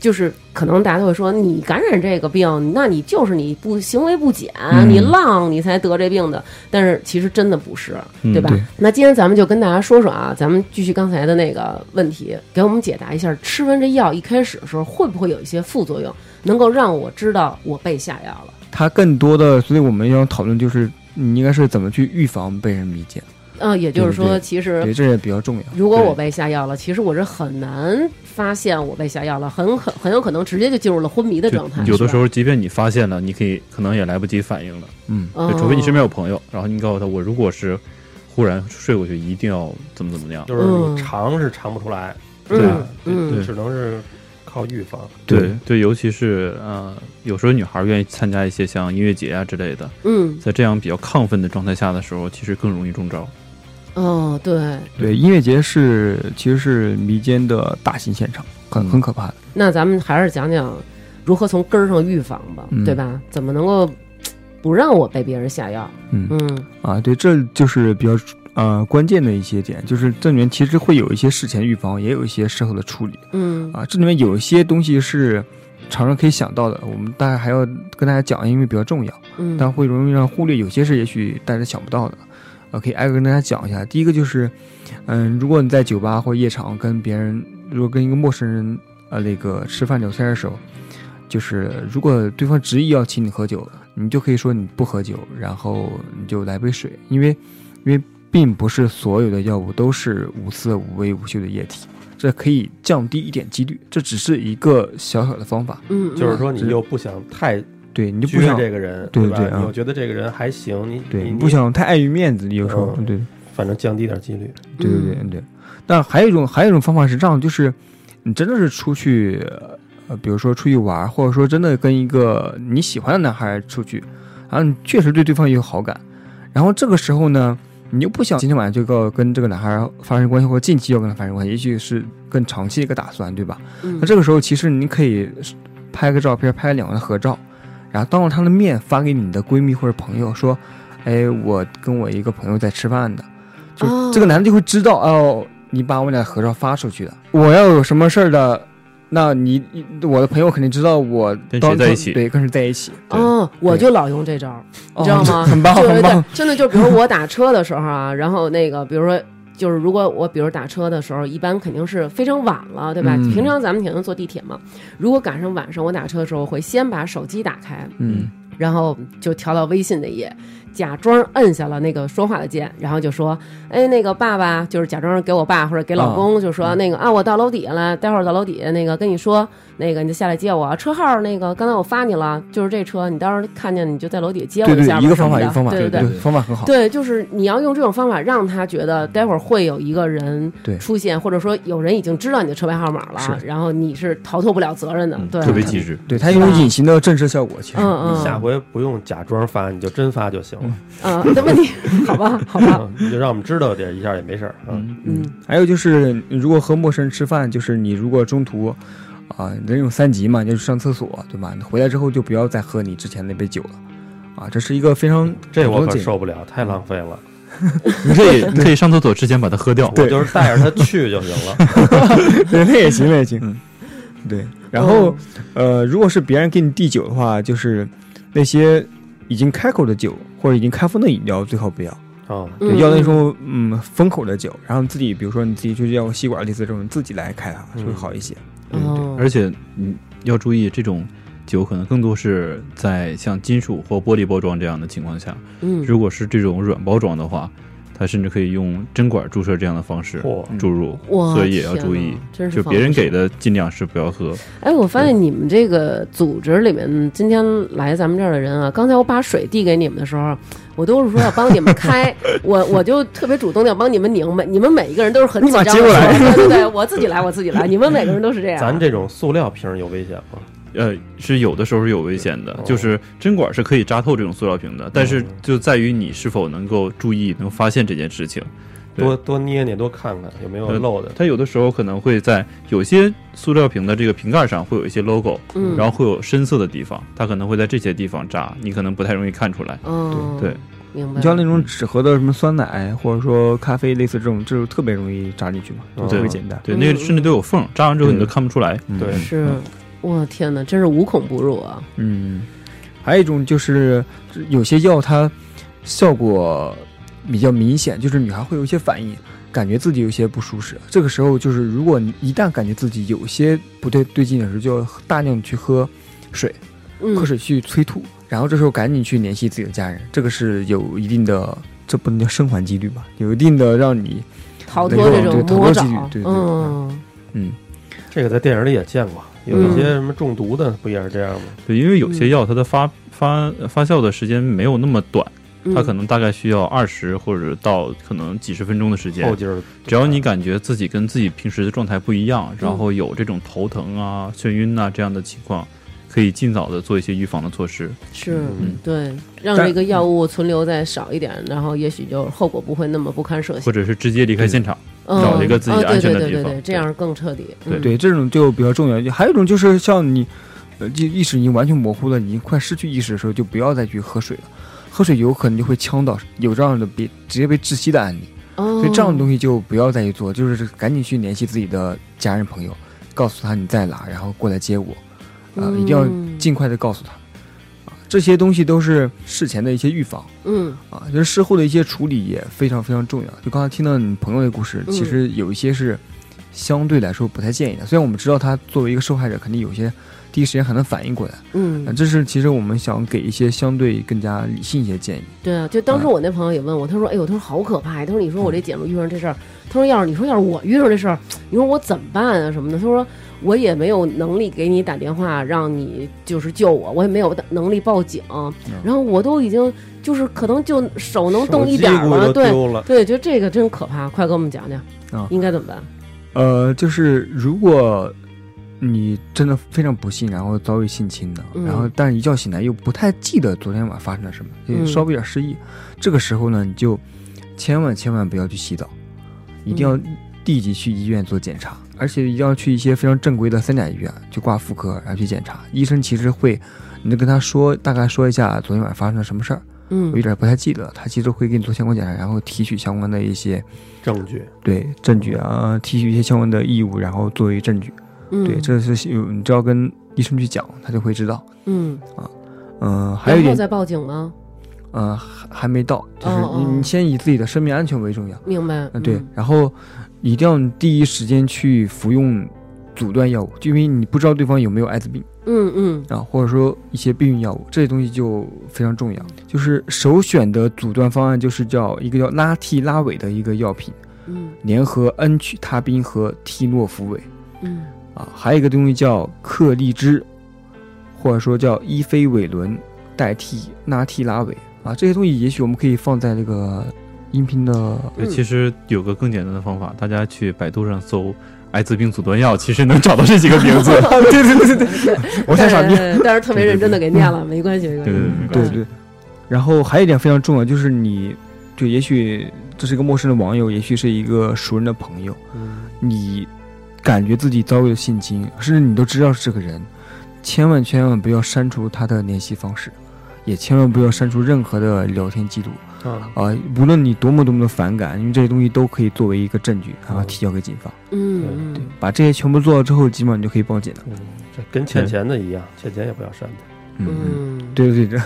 A: 就是可能大家都会说，你感染这个病，那你就是你不行为不检，
C: 嗯
A: 你浪，你才得这病的。但是其实真的不是，
D: 嗯
A: 对吧？
C: 对
A: 那今天咱们就跟大家说说啊，咱们继续刚才的那个问题，给我们解答一下，吃完这药一开始的时候会不会有一些副作用，能够让我知道我被下药了？
C: 它更多的，所以我们要讨论就是你应该是怎么去预防被人迷奸，
A: 嗯、也就是说，
C: 对对对
A: 其实
C: 对，这也比较重要。
A: 如果
D: 对
A: 我被下药了，其实我是很难发现我被下药了，很可很有可能直接就进入了昏迷的状态。
D: 就有的
A: 是吧
D: 时，候，即便你发现了，你可以可能也来不及反应了。
C: 嗯，
A: 嗯
D: 对，除非你身边有朋友，然后你告诉他，我如果是忽然睡过去，一定要怎么怎么样。
B: 就是
A: 嗯
B: 你尝是尝不出来，
A: 嗯
B: 对吧？
A: 嗯
B: 只能是靠预防。
D: 对对，尤其是呃，有时候女孩愿意参加一些像音乐节啊之类的，
A: 嗯，
D: 在这样比较亢奋的状态下的时候，其实更容易中招。
A: 哦，对，
C: 对，音乐节是其实是民间的大型现场，很很可怕的。
A: 那咱们还是讲讲如何从根儿上预防吧，
C: 嗯
A: 对吧？怎么能够嘖不让我被别人下药？
C: 嗯
A: 嗯
C: 啊，对，这就是比较呃关键的一些点，就是这里面其实会有一些事前预防，也有一些事后的处理
A: 嗯
C: 啊。这里面有一些东西是常人可以想到的，我们大概还要跟大家讲，因为比较重要，
A: 嗯，
C: 但会容易让忽略有些事，也许大家想不到的。啊，可以挨个跟大家讲一下。第一个就是，嗯，如果你在酒吧或夜场跟别人，如果跟一个陌生人呃那个吃饭聊天的时候，就是如果对方执意要请你喝酒，你就可以说你不喝酒，然后你就来杯水，因为因为并不是所有的药物都是无色无味无嗅的液体，这可以降低一点几率，这只是一个小小的方法。
A: 嗯，嗯
B: 就是说你又不想太
C: 对你就不
B: 撅
C: 想
B: 这个人，
C: 对
B: 吧？
C: 对啊
B: 你又觉得这个人还行，你
C: 对
B: 你
C: 你不，想太碍于面子，有时候、
B: 嗯
C: 对。
B: 反正降低点几率。
C: 对对对
A: 嗯
C: 对。但还有一种还有一种方法是这样，就是你真的是出去，呃，比如说出去玩儿，或者说真的跟一个你喜欢的男孩出去，然后你确实对对方有好感，然后这个时候呢，你又不想今天晚上就要跟这个男孩发生关系，或者近期要跟他发生关系，也许是更长期的一个打算，对吧？
A: 嗯
C: 那这个时候其实你可以拍个照片，拍两个人合照，然后当着她的面发给你的闺蜜或者朋友说：“哎，我跟我一个朋友在吃饭的。”就
A: 哦
C: 这个男的就会知道哦，你把我们俩合照发出去了。我要有什么事儿的，那你我的朋友肯定知道我
D: 跟谁
C: 当
D: 在一起
C: 对，跟谁在一起，
D: 对
A: 哦，我就老用这招儿，你知道吗？
C: 哦 很棒，
A: 就是
C: 很棒
A: 对。真的就比如我打车的时候啊，然后那个比如说。就是如果我比如打车的时候，一般肯定是非常晚了，对吧？
C: 嗯
A: 平常咱们肯定坐地铁嘛。如果赶上晚上我打车的时候，我会先把手机打开，
C: 嗯，
A: 然后就调到微信那页，假装摁下了那个说话的键，然后就说：“哎，那个爸爸，就是假装给我爸或者给老公，就
C: 嗯
A: 说那个啊，我到楼底下了，待会儿到楼底下那个跟你说，那个你就下来接我，车号那个刚才我发你了，就是这车，你到时候看见你就在楼底下接我
C: 对对
A: 下吧，
C: 一个
A: 什么
C: 方法
A: 的
C: 一个方法，
A: 对
C: 对
A: 对。”
C: 方法很好。
A: 对，就是你要用这种方法让他觉得待会儿会有一个人
C: 对
A: 出现，或者说有人已经知道你的车牌号码了，
C: 是嗯
A: 然后你是逃脱不了责任的。嗯对，
D: 嗯
A: 啊
D: 特别机 智，
C: 对，它有隐形的震慑效果，其实。
A: 嗯嗯，
B: 下回不用假装发，你就真发就行
C: 嗯
B: 了，
A: 啊，那问题好吧，好吧，
B: 啊你就让我们知道这一下也没事儿啊。
A: 嗯
C: 还有就是，如果和陌生人吃饭，就是你如果中途，啊、人有三急嘛，就是上厕所，对吧？你回来之后就不要再喝你之前那杯酒了，啊，这是一个非常
B: 这我
C: 普通
B: 可
C: 的
B: 受不了，太浪费了。
D: 你可以你可以上厕所之前把它喝
A: 哦
D: 掉。
B: 我就是带着他去就行 了。
C: 对， 那也行，那也行。
D: 嗯
C: 对，然
A: 哦
C: 后、呃，如果是别人给你递酒的话，就是那些已经开口的酒或者已经开封的饮料最好不要，
B: 哦，
C: 对
A: 嗯
C: 要那种嗯封口的酒，然后自己比如说你自己去要个吸管类似这种，自己来开它啊就会好一些。
A: 嗯哦
D: 而且你要注意，这种酒可能更多是在像金属或玻璃包装这样的情况下，
A: 嗯
D: 如果是这种软包装的话，它甚至可以用针管注射这样的方式
B: 嚯
D: 注入，
A: 嗯哇
D: 所以也要注意
A: 天哪真。是
D: 就
A: 防
D: 别人
A: 不胜
D: 给的尽量是不要喝。
A: 哎，我发现你们这个组织里面，今天来咱们这儿的人啊，刚才我把水递给你们的时候，我都是说要帮你们开， 我我就特别主动地要帮你们拧，每你们每一个人都是很紧张的
C: 你把接过来
A: 说对对对，我自己来，我自己来，你们每个人都是这样。
B: 咱这种塑料瓶儿有危险吗？
D: 呃，是有的时候是有危险
B: 哦
D: 的，就是针管是可以扎透这种塑料瓶的，
B: 嗯
D: 但是就在于你是否能够注意、能发现这件事情。对
B: 多多捏捏，多看看有没有
D: 呃
B: 漏的。
D: 它有的时候可能会在有些塑料瓶的这个瓶盖上会有一些 logo，
A: 嗯
D: 然后会有深色的地方，它可能会在这些地方扎，你可能不太容易看出来。
A: 嗯，
D: 对，
A: 明白。
C: 你像那种纸盒的什么酸奶或者说咖啡类似这种，就是特别容易扎进去嘛，就
B: 嗯
C: 特别简单。
D: 哦对，
A: 嗯
D: 那个甚至都有缝，扎完之后你都
C: 对
D: 看不出来。
B: 对，
A: 是，我天哪，真是无孔不入啊！
C: 嗯，还有一种就是有些药它效果比较明显，就是女孩会有一些反应，感觉自己有一些不舒适。这个时候就是，如果你一旦感觉自己有一些不对对劲的时候，就要大量地去喝水，
A: 嗯
C: 喝水去催吐，然后这时候赶紧去联系自己的家人，这个是有一定的。这不能叫生还几率吧？有一定的让你
A: 逃脱这种
C: 对逃脱
A: 魔
C: 几
A: 爪
C: 率对对，对
A: 嗯
B: 这个在电影里也见过，有一些什么中毒的不也是这样吗？
D: 对，因为有些药它的发发发酵的时间没有那么短，
A: 嗯，
D: 它可能大概需要二十或者到可能几十分钟的时间
B: 后。劲儿。
D: 只要你感觉自己跟自己平时的状态不一样，然后有这种头疼啊、眩晕呐、这样的情况，可以尽早的做一些预防的措施。
A: 是
B: 嗯
A: 对，让
D: 但
A: 这个药物存留再少一点，然后也许就后果不会那么不堪设
D: 或
A: 想。
D: 者是直接离开现场。
A: 嗯
D: 找一个自己
A: 哦
D: 安全的
A: 对对
D: 地
A: 对对
D: 方
A: 对，这样更彻底。
D: 对
A: 嗯
C: 对，这种就比较重要。还有一种就是像你，呃，意意识已经完全模糊了，你已经快失去意识的时候，就不要再去喝水了。喝水有可能就会呛到，有这样的别直接被窒息的案例，
A: 哦
C: 所以这样的东西就不要再去做，就是赶紧去联系自己的家人朋友，告诉他你在哪，然后过来接我，啊、一定要
A: 嗯
C: 尽快的告诉他。啊，这些东西都是事前的一些预防。
A: 嗯
C: 啊，就是事后的一些处理也非常非常重要。就刚才听到你朋友的故事，
A: 嗯
C: 其实有一些是相对来说不太建议的。虽然我们知道他作为一个受害者，肯定有些第一时间很难反应过来，啊，
A: 嗯，
C: 这是其实我们想给一些相对更加理性一些建议。
A: 对啊，就当时我那朋友也问我，他说：“哎呦，他说好可怕呀！他说你说
D: 嗯
A: 我这姐们遇上这事儿，他说要是你说要是我遇上这事儿，你说我怎么办啊什么的？他说我也没有能力给你打电话让你就是救我，我也没有能力报警，
D: 嗯
A: 然后我都已经就是可能就手能动一点儿
B: 手机估计
A: 了，
B: 都
A: 对，
B: 丢了，
A: 对，就这个真可怕，快给我们讲讲
C: 啊
A: 应该怎么办？
C: 呃，就是如果你真的非常不幸，然后遭遇性侵的，
A: 嗯
C: 然后但一觉醒来又不太记得昨天晚上发生了什么，
A: 嗯
C: 就稍微有点失忆，这个时候呢，你就千万千万不要去洗澡，一定要
A: 嗯
C: 立即去医院做检查，而且一定要去一些非常正规的三甲医院去挂妇科，然后去检查。医生其实会，你就跟他说大概说一下昨天晚上发生了什么事儿，我有
A: 嗯
C: 点不太记得了，他其实会给你做相关检查，然后提取相关的一些
B: 证据
C: 对证据啊，提取一些相关的义务，然后作为证据。
A: 嗯，
C: 对，这是有你只要跟医生去讲，他就会知道。
A: 嗯，
C: 嗯、还有一
A: 然后
C: 点，
A: 再报警吗？
C: 呃，还还没到，就是
A: 哦
C: 你
A: 哦
C: 你先以自己的生命安全为重要。
A: 明白？
C: 嗯，对，然后一定要第一时间去服用阻断药物，就因为你不知道对方有没有艾滋病
A: 嗯嗯
C: 啊，或者说一些避孕药物，这些东西就非常重要。就是首选的阻断方案就是叫一个叫拉替拉韦的一个药品，
A: 嗯
C: 联合恩曲他滨和替诺福韦。
A: 嗯
C: 啊，还有一个东西叫克利芝，或者说叫伊非韦伦代替纳替拉韦啊，这些东西也许我们可以放在这个音频的
D: 对，
A: 嗯
D: 其实有个更简单的方法，大家去百度上搜“艾滋病阻断药”，其实能找到这几个名字。
C: 对对对对对，我太傻逼了。
A: 对，但是特别认真的给念了，没关系，没关
D: 对
A: 系。
D: 对
C: 对
D: 对，
C: 对，然后还有一点非常重要，就是你就也许这是一个陌生的网友，也许是一个熟人的朋友，你感觉自己遭遇了性侵，甚至你都知道是这个人，千万千万不要删除他的联系方式，也千万不要删除任何的聊天记录。
B: 啊，
C: 啊、无论你多么多么的反感，因为这些东西都可以作为一个证据，然后提交给警方。
A: 嗯嗯，
C: 把这些全部做了之后，基本上你就可以报警了。
B: 嗯，这跟欠钱的一样，欠钱也不要删的。
C: 嗯，
A: 嗯，
C: 对对对，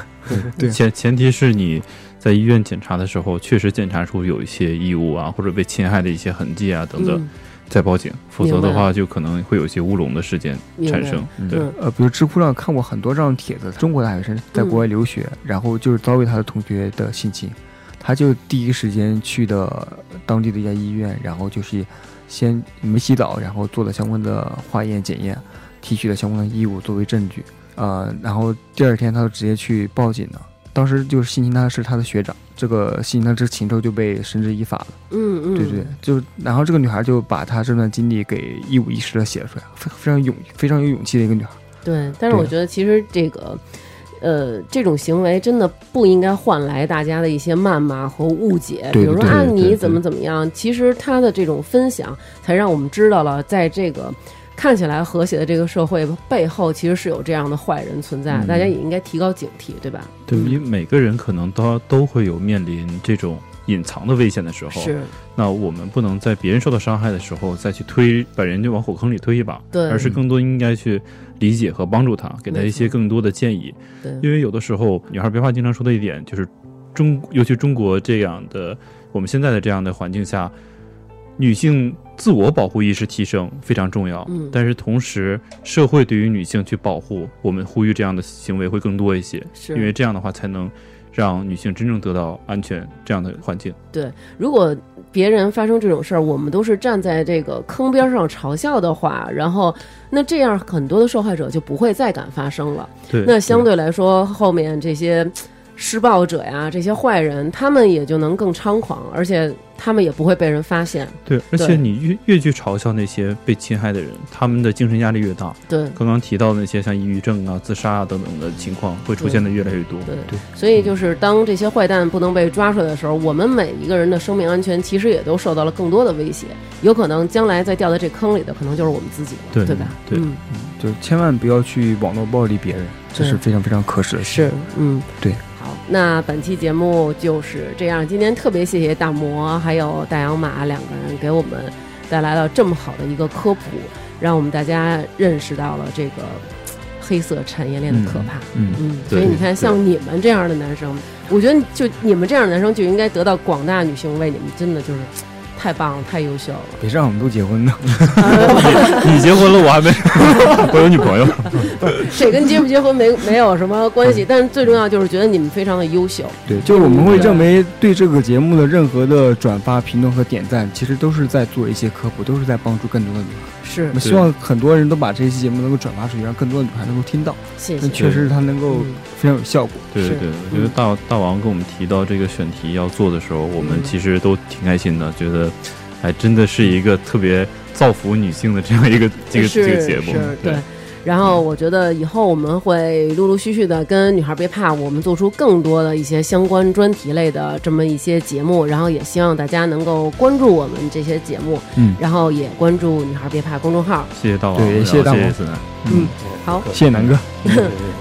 C: 对
D: 前前提是你在医院检查的时候，确实检查出有一些异物啊，或者被侵害的一些痕迹啊等等，
A: 嗯，
D: 再报警，否则
A: 明
D: 的
A: 白
D: 话就可能会有一些乌龙的事件
A: 明白
D: 产生。对，
A: 嗯
C: 呃，比如知乎上看过很多这样的帖子，中国的大学生在国外留学，然后就是遭遇他的同学的性侵，他就第一时间去的当地的一家医院，然后就是先没洗澡，然后做了相关的化验检验，提取了相关的衣物作为证据，呃，然后第二天他就直接去报警了。当时就是性侵他是他的学长，这个性侵他这个禽兽就被绳之以法了。
A: 嗯嗯，
C: 对对，就然后这个女孩就把她这段经历给一五一十的写了出来，非非常勇非常有勇气的一个女孩。
A: 对，但是我
C: 对
A: 觉得其实这个，呃，这种行为真的不应该换来大家的一些谩骂和误解。
C: 对
A: 比如说
C: 对
A: 啊，
C: 对
A: 你
C: 对
A: 怎么怎么样？其实他的这种分享，才让我们知道了，在这个看起来和谐的这个社会背后，其实是有这样的坏人存在。
D: 嗯
A: 大家也应该提高警惕，对吧？
D: 对，
A: 嗯
D: 因为每个人可能都都会有面临这种隐藏的危险的时候，
A: 是，
D: 那我们不能在别人受到伤害的时候再去推，把人家往火坑里推一把，
A: 对
D: 而是更多应该去理解和帮助他，给他
A: 没
D: 一
A: 错
D: 些更多的建议。
A: 对，
D: 因为有的时候女孩别话经常说的一点就是中，尤其中国这样的我们现在的这样的环境下，女性自我保护意识提升非常重要。
A: 嗯
D: 但是同时社会对于女性去保护，我们呼吁这样的行为会更多一些，
A: 是
D: 因为这样的话才能让女性真正得到安全这样的环境。
A: 如果别人发生这种事儿，我们都是站在这个坑边上嘲笑的话，然后那这样很多的受害者就不会再敢发生了。
D: 对，
A: 那相对来说，后面这些施暴者呀这些坏人，他们也就能更猖狂，而且他们也不会被人发现。
D: 对，而且你越越去嘲笑那些被侵害的人，他们的精神压力越大。
A: 对，
D: 刚刚提到的那些像抑郁症啊、自杀啊等等的情况会出现的越来越多。
A: 对
C: 对
A: 所以就是当这些坏蛋不能被抓出来的时候，我们每一个人的生命安全其实也都受到了更多的威胁。有可能将来再掉在这坑里的，可能就是我们自己了，
D: 对
A: 吧？
D: 对
A: 嗯，
C: 就千万不要去网络暴力别人，这是非常非常可耻的事。
A: 是，嗯，
C: 对。
A: 好，那本期节目就是这样。今天特别谢谢大魔还有大洋马两个人给我们带来了这么好的一个科普，让我们大家认识到了这个黑色产业链的可怕。
C: 嗯，
A: 嗯，所以
D: 对
A: 你看，
D: 对
A: 像你们这样的男生，我觉得就你们这样的男生就应该得到广大女性为你们真的就是太棒了，太优秀了。
C: 别让我们都结 婚呢。
D: 你结婚了，我还没，我有女 朋友。
A: 这跟结不结婚没 没有什么关系，但是最重要就是觉得你们非常的优秀。
C: 对，就是我们会认为对这个节目的任何的转发、评论和点赞，其实都是在做一些科普，都是在帮助更多的女孩。
A: 是
C: 我们，希望很多人都把这期节目能够转发出去，让更多的女孩能够听到。
A: 谢
C: 那
A: 谢。
C: 确实它能够
A: 嗯
C: 非常有效果。
D: 对对对，我觉得大大王跟我们提到这个选题要做的时候，我们
A: 嗯
D: 其实都挺开心的，觉得哎，真的是一个特别造福女性的这样一个这个
A: 是
D: 这个节目
A: 是。
D: 对
A: 对。然后我觉得以后我们会陆陆续续的跟《女孩别怕》，我们做出更多的一些相关专题类的这么一些节目，然后也希望大家能够关注我们这些节目，
C: 嗯
A: 然后也关注《女孩别怕》公众号。
D: 谢谢大王，
C: 对
D: 然后
C: 谢谢大王
D: 谢思南。
A: 嗯，好，
C: 谢谢南哥，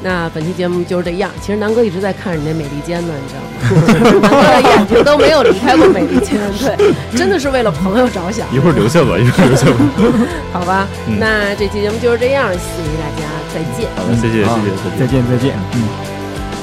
A: 那本期节目就是这样。其实南哥一直在看人家美利坚呢，你知 道吗？南哥的眼睛都没有离开过美利坚，对，真的是为了朋友着想，
D: 一会儿留下吧，一会儿留下吧。
A: 好吧？
D: 嗯
A: 那这期节目就是这样，谢谢大家，再见。
D: 好嗯的，谢谢，谢
C: 嗯好
D: 谢，再见
C: 再。见再见。嗯。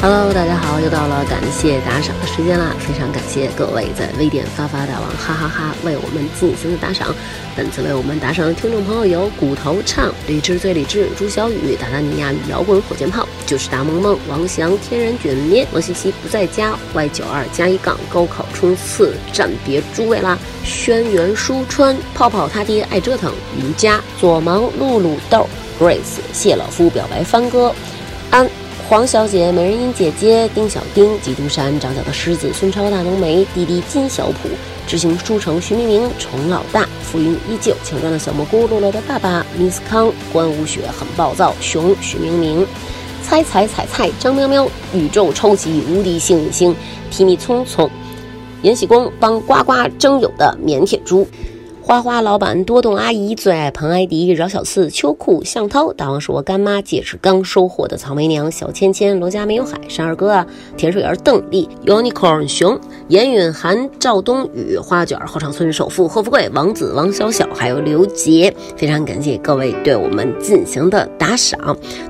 F: Hello，大家好，又到了感谢打赏的时间啦！非常感谢各位在微店发发大王哈哈哈为我们进行的打赏。本次为我们打赏的听众朋友有骨头唱、理智最理智、朱小雨、达达尼亚与摇滚火箭炮、就是大萌萌、王翔、天然卷面、王西西不在家、Y 九二加一杠、高考冲刺、暂别诸位啦、轩辕书川、泡泡他爹爱折腾、瑜伽、左盲、露露豆、Grace、谢老夫、表白帆哥、安。黄小姐、美人音姐姐、丁小丁、基督山、长角的狮子、孙超、大浓眉、弟弟金小普、执行书城徐明明、虫老大、浮云依旧、强壮的小蘑菇、洛洛的爸爸、Miss 康、关无雪很暴躁、熊徐明明、猜猜猜猜、张喵喵、宇宙抽起、无敌幸运星、提米聪聪、延禧宫帮呱呱争友的闫铁猪。花花老板、多动阿姨最爱彭艾迪、饶小四、秋裤、向涛、大王是我干妈、戒指刚收获的草莓娘、小芊芊、罗家没有海、山二哥啊、甜水儿邓丽、unicorn 熊、严允涵、赵冬雨、花卷、后场村首富贺富贵、王子、王小小，还有刘杰。非常感谢各位对我们进行的打赏。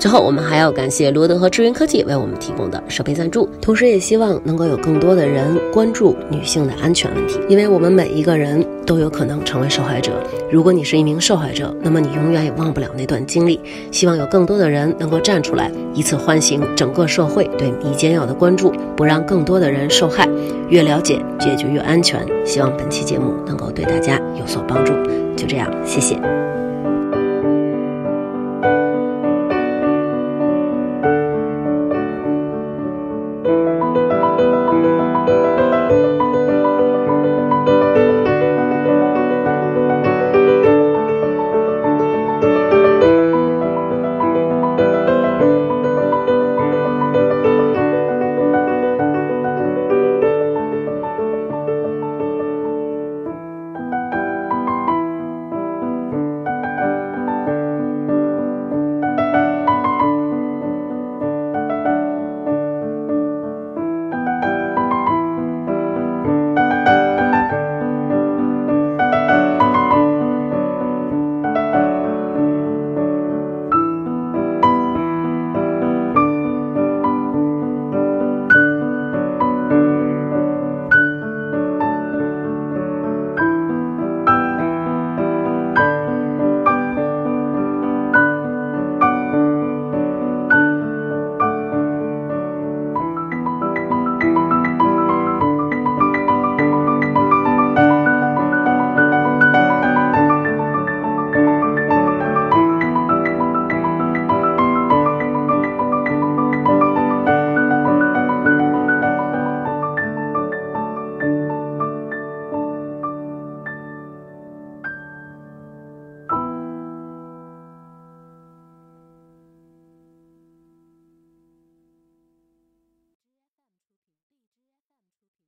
F: 最后，我们还要感谢罗德和智云科技为我们提供的设备赞助，同时也希望能够有更多的人关注女性的安全问题，因为我们每一个人都有可能成为受害者。如果你是一名受害者，那么你永远也忘不了那段经历。希望有更多的人能够站出来，以此唤醒整个社会对迷奸药的关注，不让更多的人受害。越了解，结局越安全。希望本期节目能够对大家有所帮助。就这样，谢谢。